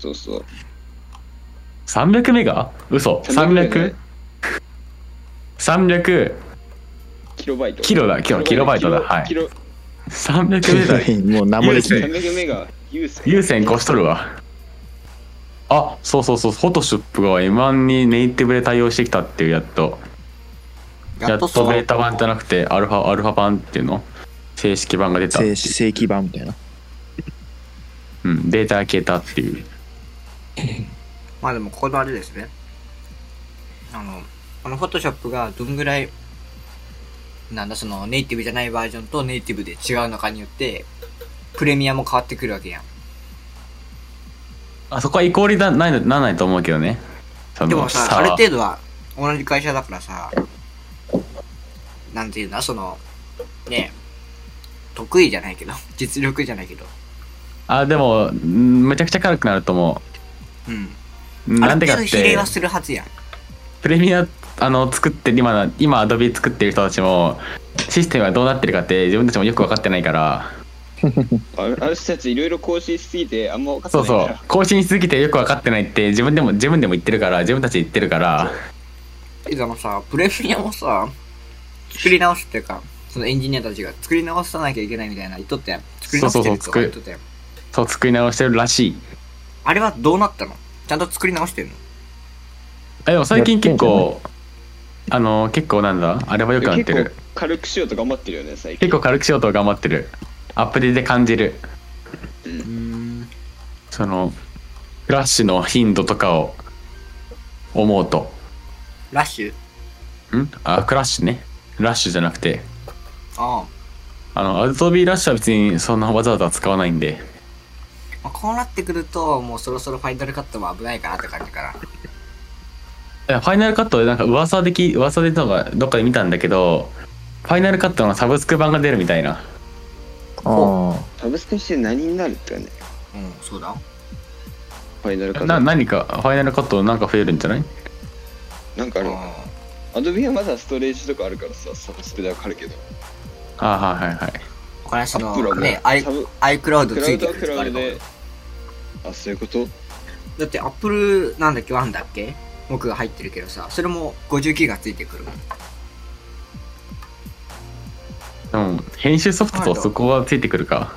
そうそう
300メガ嘘
300
300? 300
キロバイト
キロだキロキロバイトだはい
キロ
300メガ
(laughs) もう名もできない。
300メガ優先
優先越しとるわあそうそうそうフォトショップが M1 にネイティブで対応してきたっていうやっとやっとベータ版じゃなくてアルファアルファ版っていうの正式版が出た、
正正規版みたいな。
うん、データが消えたっていう
まあでもここのあれですねあのこのフォトショップがどんぐらいなんだそのネイティブじゃないバージョンとネイティブで違うのかによってプレミアも変わってくるわけやん
あそこはイコールだないならないと思うけどねその
でもさ
差は
ある程度は同じ会社だからさなんていうんだそのね得意じゃないけど実力じゃないけど
あでもんめちゃくちゃ軽くなると思
うん
うなんでか
あ
っ
る程度比例
て
はするはずやん
プレミアあの作ってる今の今アドビ作ってる人たちもシステムがどうなってるかって自分たちもよく分かってないから
ああの人たちいろいろ更新しすぎてあんま分かっ
そ
てな
う
いか
そ
ら
う更新しすぎてよく分かってないって自分でも自分でも言ってるから自分たち言ってるから
えでもさプレミアもさ作り直すっていうかそのエンジニアたちが作り直さなきゃいけないみたいな言っとって作り直してるとか言っとって
そう作り直してるらしい
あれはどうなったのちゃんと作り直してるの
あでも最近結
や
構あの結構なんだあれはよくなって
結
る
構軽くしようと頑張ってるよね最近
結構軽くしようと頑張ってるアップデートで感じる
うん
そのフラッシュの頻度とかを思うと
ラッシュ
んあクラッシュねラッシュじゃなくて
ああ、
あのアドビーラッシュは別にそんなわざわざ使わないんで
まあ、こうなってくるともうそろそろファイナルカットも危ないかなって感じから
いやファイナルカットでなんか噂でき噂でなんかどっかで見たんだけどファイナルカットのサブスク版が出るみたいな
ああ。
サブスクして何になるってかね
うんそうだ
ファイナルカット
な何かファイナルカットなんか増えるんじゃない
なんかあるのか
あ
アドビはまだストレージとかあるからさサブスクでわかるけど
あはいはいはい
あこれはそ
ア
の
ップルは
ね
ね
アイ
サブ
アイクラウド
ク
つ
ラウ
いて
ドは
くる
ク
と
ラ
かあ
ウ
る
ド
かも
であそういうこと
だってアップルなんだっけワンだっけ僕が入ってるけどさそれも50ギガついてくるもん
でも編集ソフトとそこはついてくるか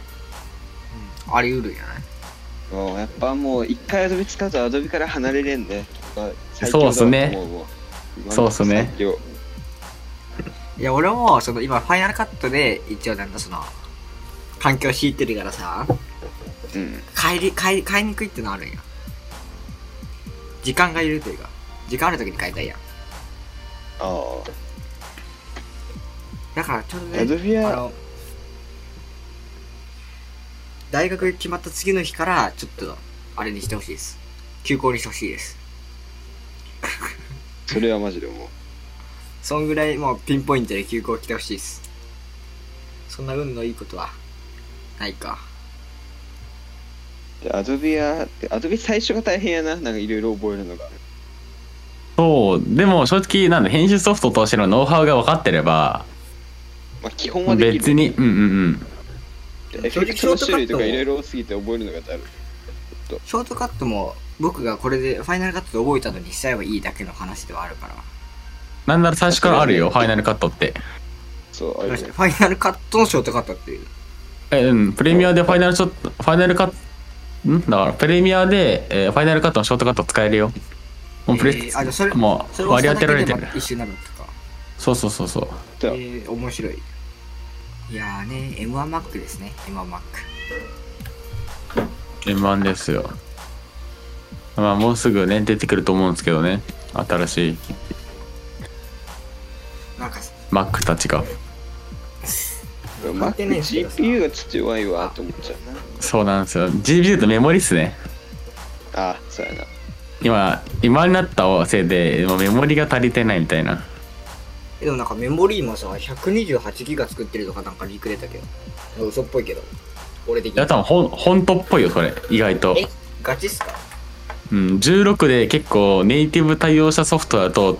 うんあり得るんじゃない
もうやっぱもう一回アドビ使うとアドビから離れれんねまあ最
そう
強
っ
だ
すね
ももう
そうっすね
最強
いや俺もその今ファイナルカットで一応なんだその環境敷いてるからさ
うん
帰り帰り帰りにくいってのあるんや時間がいるというか時間ある時に買いたいやん
あ
だからちょうど
あアド
ね
ビ
あ
は
の大学決まった次の日からちょっとあれにしてほしいです休校にしてほしいです
それはマジでもう
そんぐらいもうピンポイントで休校来てほしいです。そんな運のいいことはないか。
でアドビはアドビ最初が大変やななんかいろいろ覚えるのが
そうでも正直なんだ編集ソフトとしてのノウハウが分かってれば
まあ基本はできる
別にうんうんうん
エフェクトの種類とかいろいろ多すぎて覚えるのがだる
ショートカットも僕がこれでファイナルカットで覚えたのにしちゃえばいいだけの話ではあるから。
なんなら最初からあるよファイナルカットって
そう
フ
あれね
ァイナルカットのショートカットっていう。
えうんプレミアでファイナルショットファイナルカットんだからプレミアで、えーファイナルカットのショートカット使えるよもうプレ、
えーあじゃあそれ
も
そうれを
割り
押
当て
さ
られ
なけ
て
ば
る
一緒になるのとか。
そうそうそうそう
え
そう
ー、面白い。いやーね、M1Mac ですね、M1Mac。
M1 ですよまあもうすぐね出てくると思うんですけどね新しい
なんか、
Mac たちが
関
マック
係ないんですけどさ
GPU がちょっと弱いわと思っちゃうな
そうなんですよ GPU とメモリっすね
あそうやな
今今になったせいでもうメモリが足りてないみたいな
えでもなんかメモリーもさ、128ギガ作ってるとかなんかリーク出たけど。嘘っぽいけど。俺的
いや
に。
多分ほん本当っぽいよそれ意外と
え、ガチっすか
うん、16で結構ネイティブ対応したソフトだと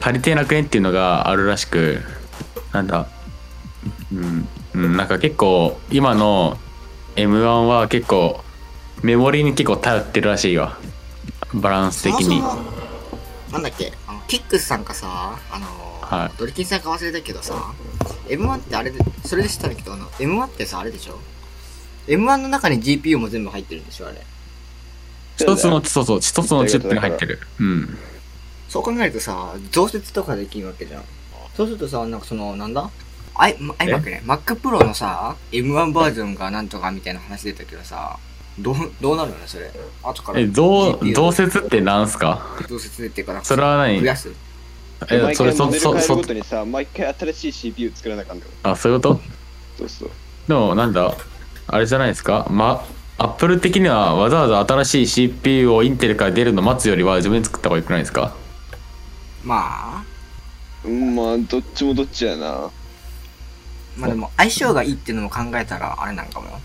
借りて楽園っていうのがあるらしくなんだうん、うん、なんか結構今の m 1は結構メモリに結構頼ってるらしいよバランス
そ
的
もそ
に
もなんだっけあのキックスさんかさあのー
はい
ドリキンさんか忘れたけどさ M1 ってあれでそれで知ったんだけどあの M1 ってさあれでしょ M1 の中に GPU も全部入ってるんでしょあれ
一つのそうそう一つのチップに入ってるうん
そう考えるとさ増設とかできるわけじゃんそうするとさなんかそのなんだあい、ま、iMac ね MacPro のさ M1 バージョンがなんとかみたいな話出たけどさどうどうなるのねそれ後から
えどう
GPU
同説ってなんすか
増設でっていうかなんか
それは何
増やす
え
毎
それ
回
そ
モデル
そ
変える
そ
ごとにさ、毎回新しい CPU 作らなあかんのよ。
あそういうこと
そうそう。
でもなんだあれじゃないですかまアップル的にはわざわざ新しい CPU をインテルから出るの待つよりは自分で作った方がよくないですか
まあ
うんまあ、どっちもどっちやな。
まあでも相性がいいっていうのも考えたらあれなんかもよ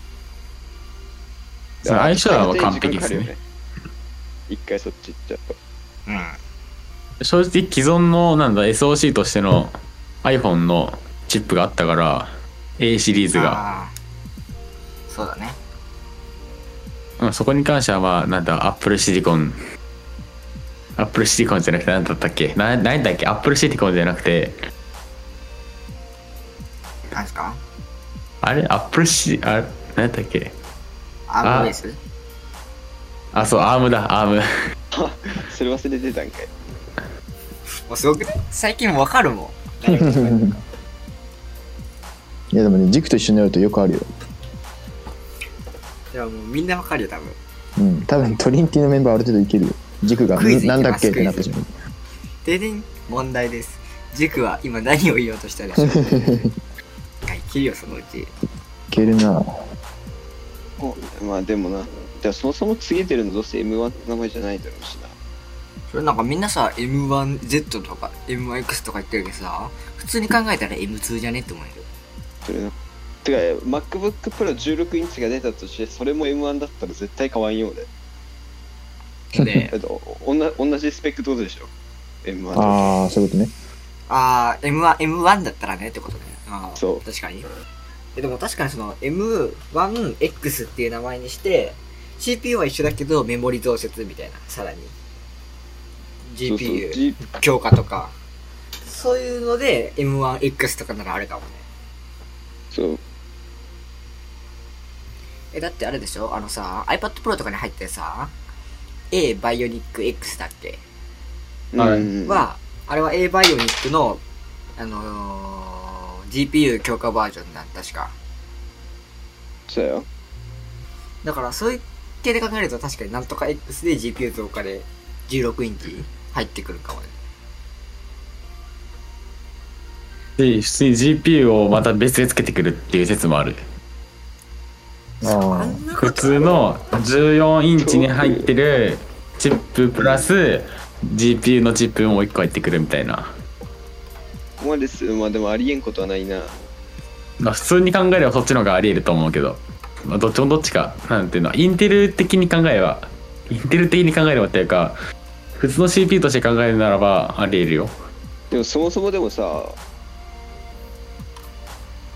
その相性は完璧ですね。
一回そっち行っちゃうと。
うん
正直既存のなんだ SOC としての iPhone のチップがあったから A シリーズが
あーそうだね
うんそこに関してはまあなんだアップルシリコンアップルシリコンじゃなくて何だったっけな何だっけアップルシリコンじゃなくて
なんですか
あれアップルシリあれ何だったっけ
アームベース
あそうアームだアーム
それ忘れてたんかい。
もうすごくね最近わかるもん (laughs)
いやでもね軸と一緒になるとよくあるよ
いやもうみんなわかるよ多分
うん多分トリンティのメンバーある程度いけるよ軸が
クイズいけま
な
す
んだっけってなってしまう
ででん問題です塾は今何を言おうとしたでしょうはい切るよそのうち
いけるな
おまあでもな。じゃあそもそも次出るのどうせ M1 って名前じゃないだろうしな。
それなんかみんなさ M1Z とか M1X とか言ってるけどさ普通に考えたら M2 じゃねって思える
それな。てか、MacBook Pro 16インチが出たとして、それも M1 だったら絶対変わんようで。
で
だっておな同じスペックどうでしょ ?M1 と。
ああそういうことね
あー M1, M1 だったらねってことねあー
そう
確かにえでも確かにその M1X っていう名前にして CPU は一緒だけどメモリ増設みたいなさらに
そうそう
GPU
G-
強化とかそういうので M1X とかならあれかもね
そう。
えだってあれでしょあのさ iPad Pro とかに入ってるさ A バイオニック X だっけ、
はい
うん
はあれは A バイオニックのあのー GPU 強化バージョンなん確か
そうよ。
だからそういう系で考えると確かになんとか X で GPU 増加で16インチ入ってくるかもね
で普通に GPU をまた別でつけてくるっていう説もある
あ
んな
普通の14インチに入ってるチッププラス GPU のチップもう一個入ってくるみたいな、
ここまですまあでもありえんことはないな。
まあ、普通に考えればそっちの方がありえると思うけど、まあ、どっちもどっちかなんていうのはインテル的に考えればインテル的に考えればっていうか普通の CPU として考えるならばありえるよ
でもそもそもでもさ、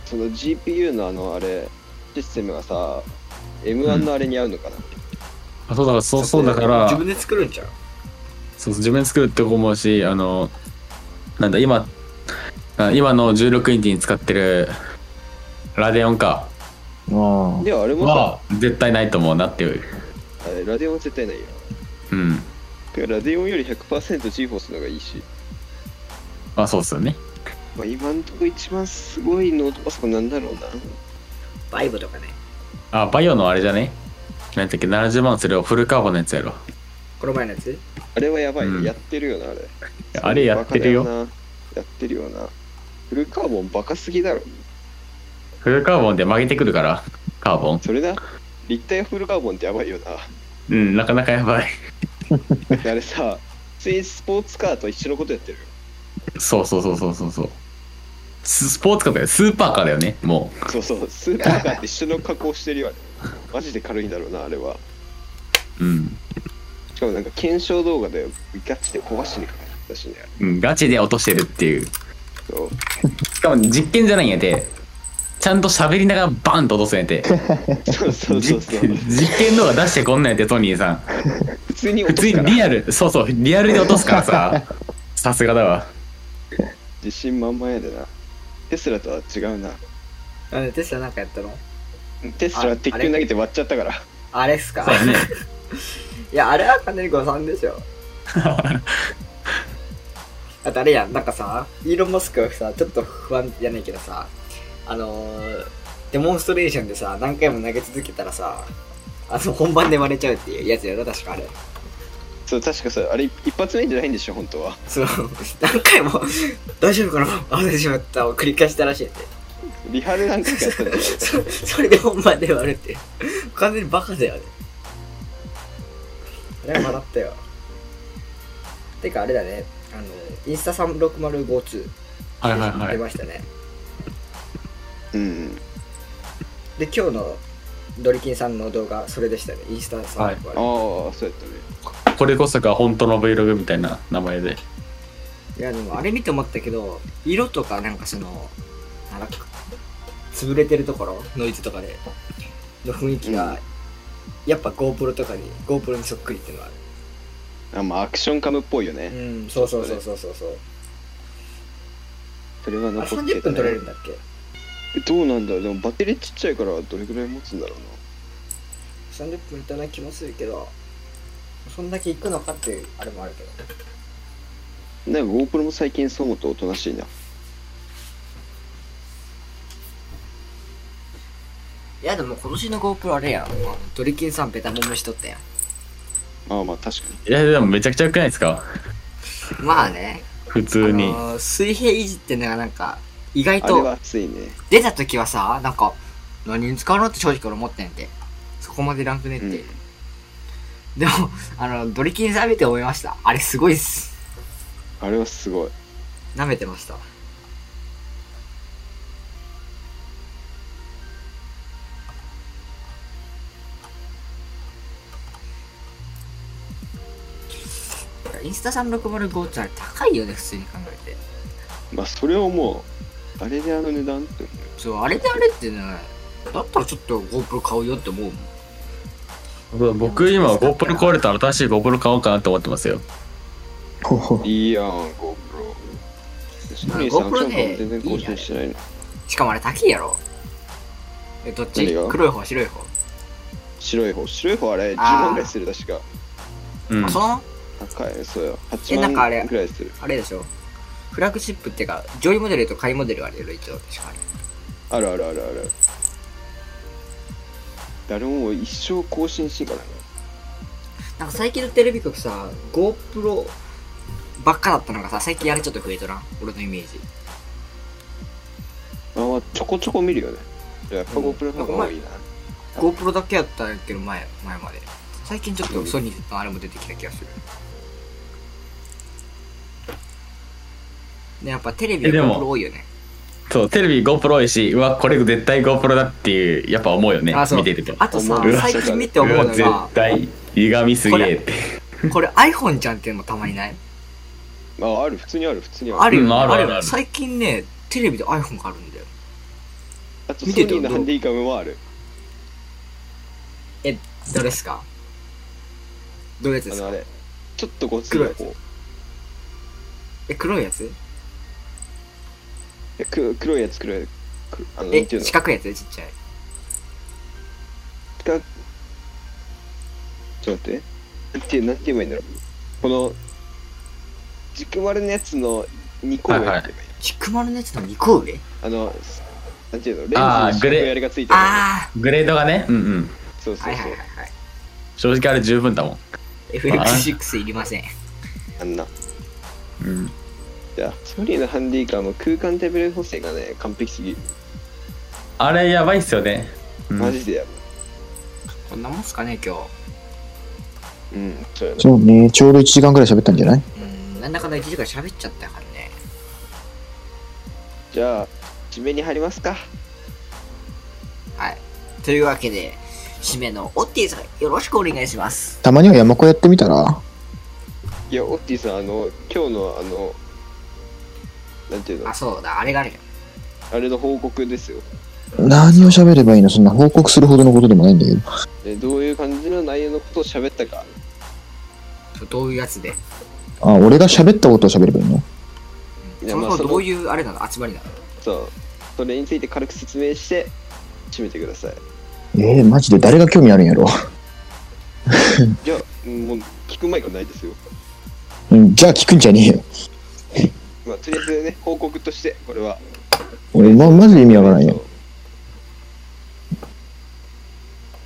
その GPU のあのあれ、システムがさ、M1 のあれに合うのかな、
あそうだからそうそうだから
自分で作るんちゃう
そうそう自分で作るって思うしあのなんだ今あ今の16インチに使ってるラデオンか
あ
でもあれもさ、
は絶対ないと思うなっていう
あれラデオンは絶対ないよ。
うん
てかラデオンより 100%GForce の方がいいし、
まあそうっすよね
まあ、今んとこ一番すごいノートパソコンなんだろうな。
バイブとかね
あバイオのあれじゃねなんだっけ70万するフルカーボンのやつやろ
この前のやつ
あれはやばいね、
うん
やってるよな、あれ。
あれやってる
バカ
よ
だな。やってるよな。フルカーボンバカすぎだろ。
フルカーボンで曲げてくるからカーボン
それな、立体フルカーボンってやばいよな。
うんなかなかやばい (laughs)
だってあれさ、普通にスポーツカーと一緒のことやってるよ。
そうそうそうそうそうそうススポーツカーだよスーパーカーだよねも
そうそう、スーパーカーと一緒の加工してるよ、あれ。マジで軽いんだろうな、あれは。
ううん
しかもなんか検証動画でガチで壊しにかかる。だしね。
うん、ガチで落としてるっていう。
そう
しかも実験じゃないんやて、ちゃんと喋りながらバンと落とすんやて。
そうそうそ
(laughs)
うそう。
実験動画出してこんなんやて、トニーさん。
普通に
普
落と
通
すか
に
ら
リア
(laughs)
ル、そうそう、リアルで落とすからさ。さすがだわ。
自信満々やでな。テスラとは違うな。
あれテスラなんかやったの
テスラ鉄球投げて割っちゃったから。
あれっすか
そうね。
いやあれは完全に誤算
(laughs)
でしょだってあれやんなんかさイーロン・マスクはさちょっと不安じゃねえけどさあのーデモンストレーションでさ何回も投げ続けたらさあの本番で割れちゃうっていうやつやろ確かあれ
そう、確かそう、あれ一発目じゃないんでしょ、本当は。
その何回も大丈夫かなあ大丈夫だったを繰り返したらしいって
リハで何回かやった
(laughs)
んだよ。
そそれで本番で割るって完全にバカだよねあれは笑ったよてかあれだねあのインスタ36052
はいはいは
出
い。
ましたね
うん。
で今日のドリキンさんの動画それでしたねインスタ360、
ああ、そうやったね。
これこそが本当の Vlog みたいな名前で。
い、やでもあれ見て思ったけど色とかなんかそのなんだっけ潰れてるところノイズとかでの雰囲気が、
うん
やっぱ GoPro とかに GoPro にそっくりっていうのはある
あまあ、アクションカムっぽいよね。
うんそうそうそうそうそうそう
それは
あれ
残って
30
た
分
ね
撮れるんだっけ
えどうなんだろうでもバッテリーちっちゃいからどれぐらい持つんだろう
30分いたな気もするけどそんだけ行くのかっていうあれもあるけど
な。なんか GoPro も最近そう思うとおとなしいな。
いやでも今年の GoPro あれやんドリキンさんベタもめしとったやん
ああまあ確かに。
いや、でもめちゃくちゃ良くないですか
まあね
普通に。
あのー水平維持ってのがなんか意外
あれは
と
熱いね。
出た時はさなんか何に使うのって正直俺思ってんでそこまでランクねって、
うん
でもあのドリキンさん見て思いましたあれすごいっす
あれはすごい。
舐めてましたインスタ365ってあれ高いよね普通に考えて
まあそれをもう、あれであの値段って思
そうあれであれってねだったらちょっと GoPro 買うよって思うもん
僕今 GoPro 壊れたら新しい GoPro 買おうかなって思ってますよ。
ほほ
う。いいやん、
ま
GoPro。
あ
トミーさん、
GoPro
今
ね
日全然更新してないの。
しかもあれ高いやろえどっち
何が
黒い方白い方、
白い方。白い方あれ10
あー
万ぐらいする、確か。
うん
あ。その
高い、そうや。
えなん
8
かあれ
万ぐらいする。
あれでしょフラッグシップっていうか上位モデルと下位モデルがあるよ一応確かに
あるあるあるある。誰ももう一生更新してからね。
なんか最近のテレビ局さ GoPro ばっかだったのがさ最近あれちょっと増えとらん俺のイメージ
まあまあちょこちょこ見るよね。やっぱ
うん
GoPro の方が多いな。
GoPro だけやったけど前前まで最近ちょっとソニーのあれも出てきた気がするねやっぱテレビ
えでも
GoPro 多いよね
そう、テレビ GoPro 多いし、うわ、これ絶対 GoPro だっていう、やっぱ思うよね
あ、そう
見てると。
あとさ
思う
最近見て思う
うわ、
の
絶
が
対、歪みすげえって。
これ iPhone じゃんっていうのもたまにない
まあある、普通にある、普通にある。
あるよ、
う
ね
んある
あ
ある
る
ある
最近ねテレビで iPhone があるんだよ
あとソ
見
ニ
てて
ーのハンディカムもある。
えどれですかどういうやつで
あ
す
の
か
あれ。ちょっとごつい方。
黒いえ黒いやつ
えく黒いやつ黒いやつ。くあの、なん
え
ていうの
四角いやつちっちゃい
ちょっと待って。なんて、なんて言えばいいんだろう。この、軸丸のやつの2個上って言えばいい。
はい
ちくまるのやつの2個上
あの、なんていうの、レンズ
あー
に四角いあれがついてる。
あ
グレードがね、うんうん。
そう
あ
そ
は
う
い
そ
は
う
いはい。はい
正直あれ十分だもん。
FX6 いりません
あんな。
うん。
いや、ソニーのハンディカム、空間テーブル補正がね、完璧すぎる。
あれやばいっすよね。うん
マジでやばい。
こんなもんすかね今日
うん、そうやな。
そうね、ちょうど1時間ぐらい喋ったんじゃないう
ーんなんだかんだ1時間喋っちゃったからね
じゃあ、締めに入りますか。
はいというわけで締めのオッティさんよろしくお願いします
たまには山子やってみたら
いいやオッティさんあの今日のあのなんていうの
あ、そうだ、あれがあるよ。
あれの報告ですよ
何を喋ればいいのそんな報告するほどのことでもないんだけど。
でどういう感じの内容のことを喋ったか
どういうやつで。
あ、俺が喋ったことを喋ればいいの
い
そもそもどう
う
いうあれなの集まりなの
そうそれについて軽く説明して締めてください
えー、マジで誰が興味あるんやろ。
じゃあもう聞く前がないですよ
うん、じゃあ聞くんじゃねえよ。
まあとりあえずね報告としてこれは
俺、ま、マジで意味わからんよ。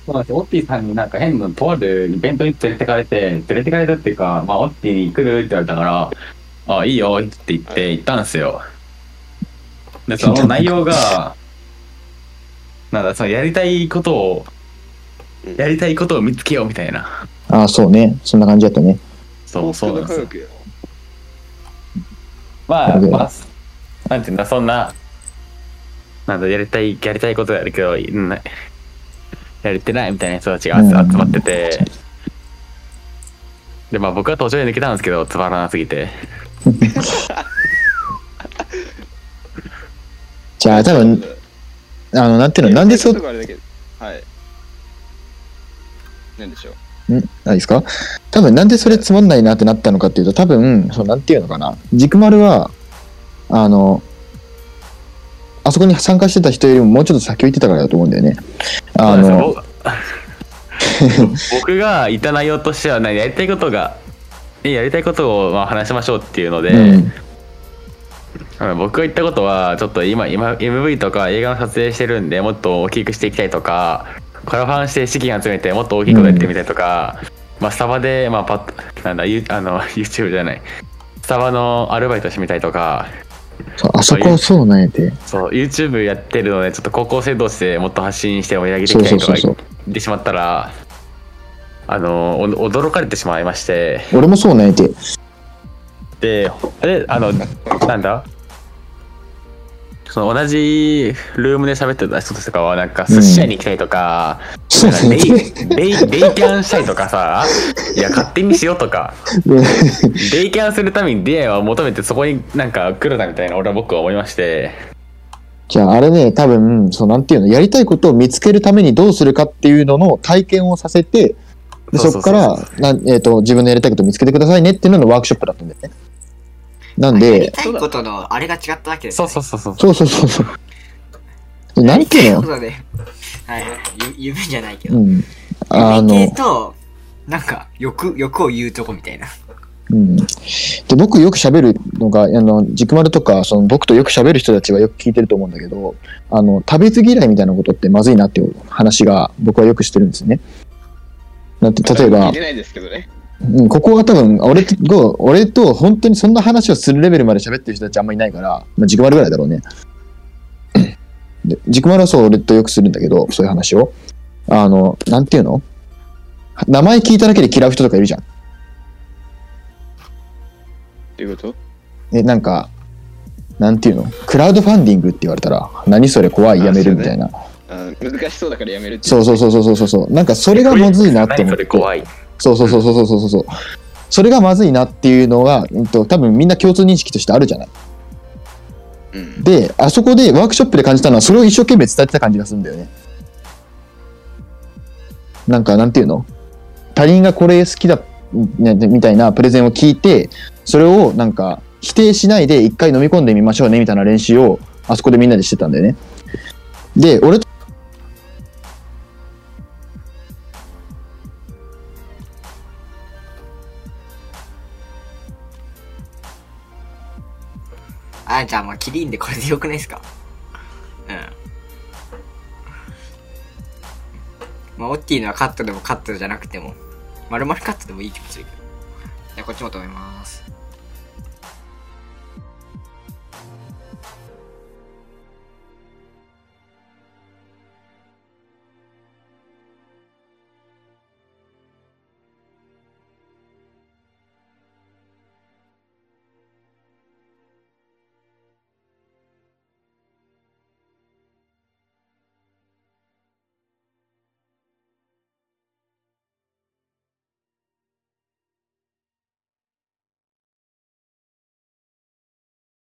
そうなんですよオッティさんになんか変なとあるイベントに連れてかれて、連れてかれたっていうか、まあ、オッティに来るって言われたから、あいいよって言って行ったんですよ。で、その内容が、なんだ、そのやりたいことを、やりたいことを見つけようみたいな。
あ、そうね。そんな感じだったね。
そう、そうなん
の
で
科
すよ。
学や
まあ、まあ、なんていうんだ、そんな、なんだ、やりたい、やりたいことやるけど、うんなやれてないみたいな人たちが集
うん
集まってて、で、まあ僕は途中で抜けたんですけど、つまらなすぎて。
じゃあ、多分、あの、なんていうの、なんでそ、ん
うあれだけどはいなんでしょう
あいいですか多分、なんでそれつまんないなってなったのかっていうと、多分、そのなんていうのかな。軸丸は、あの、あそこに参加してた人よりももうちょっと先を行ってたからだと思うんだよね。あの、
僕 (laughs) 僕が言った内容としては、ね、やりたいことが、ねやりたいことをまあ話しましょうっていうので、
うん。
あの僕が言ったことはちょっと今今 MV とか映画の撮影してるんでもっと大きくしていきたいとかクラファンして資金集めてもっと大きいことやってみたいとか、まあ、スタバで、まあ、パッなんだゆあの YouTube じゃないスタバのアルバイトしてみたいとか
そうあそこはそうなんやて。
そう YouTube やってるのでちょっと高校生同士でもっと発信して盛り上げていきたいと
そ
か
うそうそう
言ってしまったらあのお驚かれてしまいまして
俺もそうなんやて。
で、で、あの、なんだその同じルームで喋ってた人たちとかは、なんか寿司屋に行きたいとか、
そう
な
なんん
か
や (laughs)
レ
て。
イレイレイキャンしたいとかさ、いや、勝手にしようとか、レイキャンするために出会いを求めてそこになんか来るなみたいな、俺は僕は思いまして、
じゃああれね、多分、そうなんていうの、やりたいことを見つけるためにどうするかっていうのの体験をさせて、で
そう
そ
そ
こ
うそ
か
う
らなん、えーと、自分のやりたいことを見つけてくださいねっていうののワークショップだったんだよね。なん
やり
で、
たいことのあれが違ったわけです、
そ
ね。
うそうそうそう。
そうそうそうそう。なんていう
そう
の
だね。はい。ゆ夢じゃないけ
う
ど。
ん。あ
夢
の
系、と、なんか、欲、欲を言うとこみたいな。
うん。で、僕よく喋るのが、あの、軸丸とか、その僕とよく喋る人たちはよく聞いてると思うんだけど、あの、食べず嫌いみたいなことってまずいなっていう話が僕はよくしてるんですね。なんて、例えば
聞い、てないですけどね
うん、ここは多分俺と、俺と本当にそんな話をするレベルまで喋ってる人たちあんまいないから、まあ、軸丸ぐらいだろうね。 (clears throat) で軸丸はそう、俺とよくするんだけど、そういう話を。あの、なんていうの名前聞いただけで嫌う人とかいるじゃん。
っていうこと
え、なんか、なんていうのクラウドファンディングって言われたら、何それ怖い、やめるみたいな。
あー難しそうだからやめるってい
そうそうそうそうそうそう。なんかそれがまずいなって
何
思っ
そ
て
れ。怖い。
そうそうそうそうそうそうそう。それがまずいなっていうのが、うんと、多分みんな共通認識としてあるじゃない。
うん
で、あそこでワークショップで感じたのは、それを一生懸命伝えてた感じがするんだよね。なんか、なんていうの他人がこれ好きだ、ね、みたいなプレゼンを聞いて、それをなんか、否定しないで一回飲み込んでみましょうね、みたいな練習を、あそこでみんなでしてたんだよね。で、俺と、
あ、じゃあまあ、キリンでこれでよくないですかうん。まあ、オッティのはカットでもカットじゃなくても、丸々カットでもいい気持ちいいけど。じゃあ、こっちも止めます。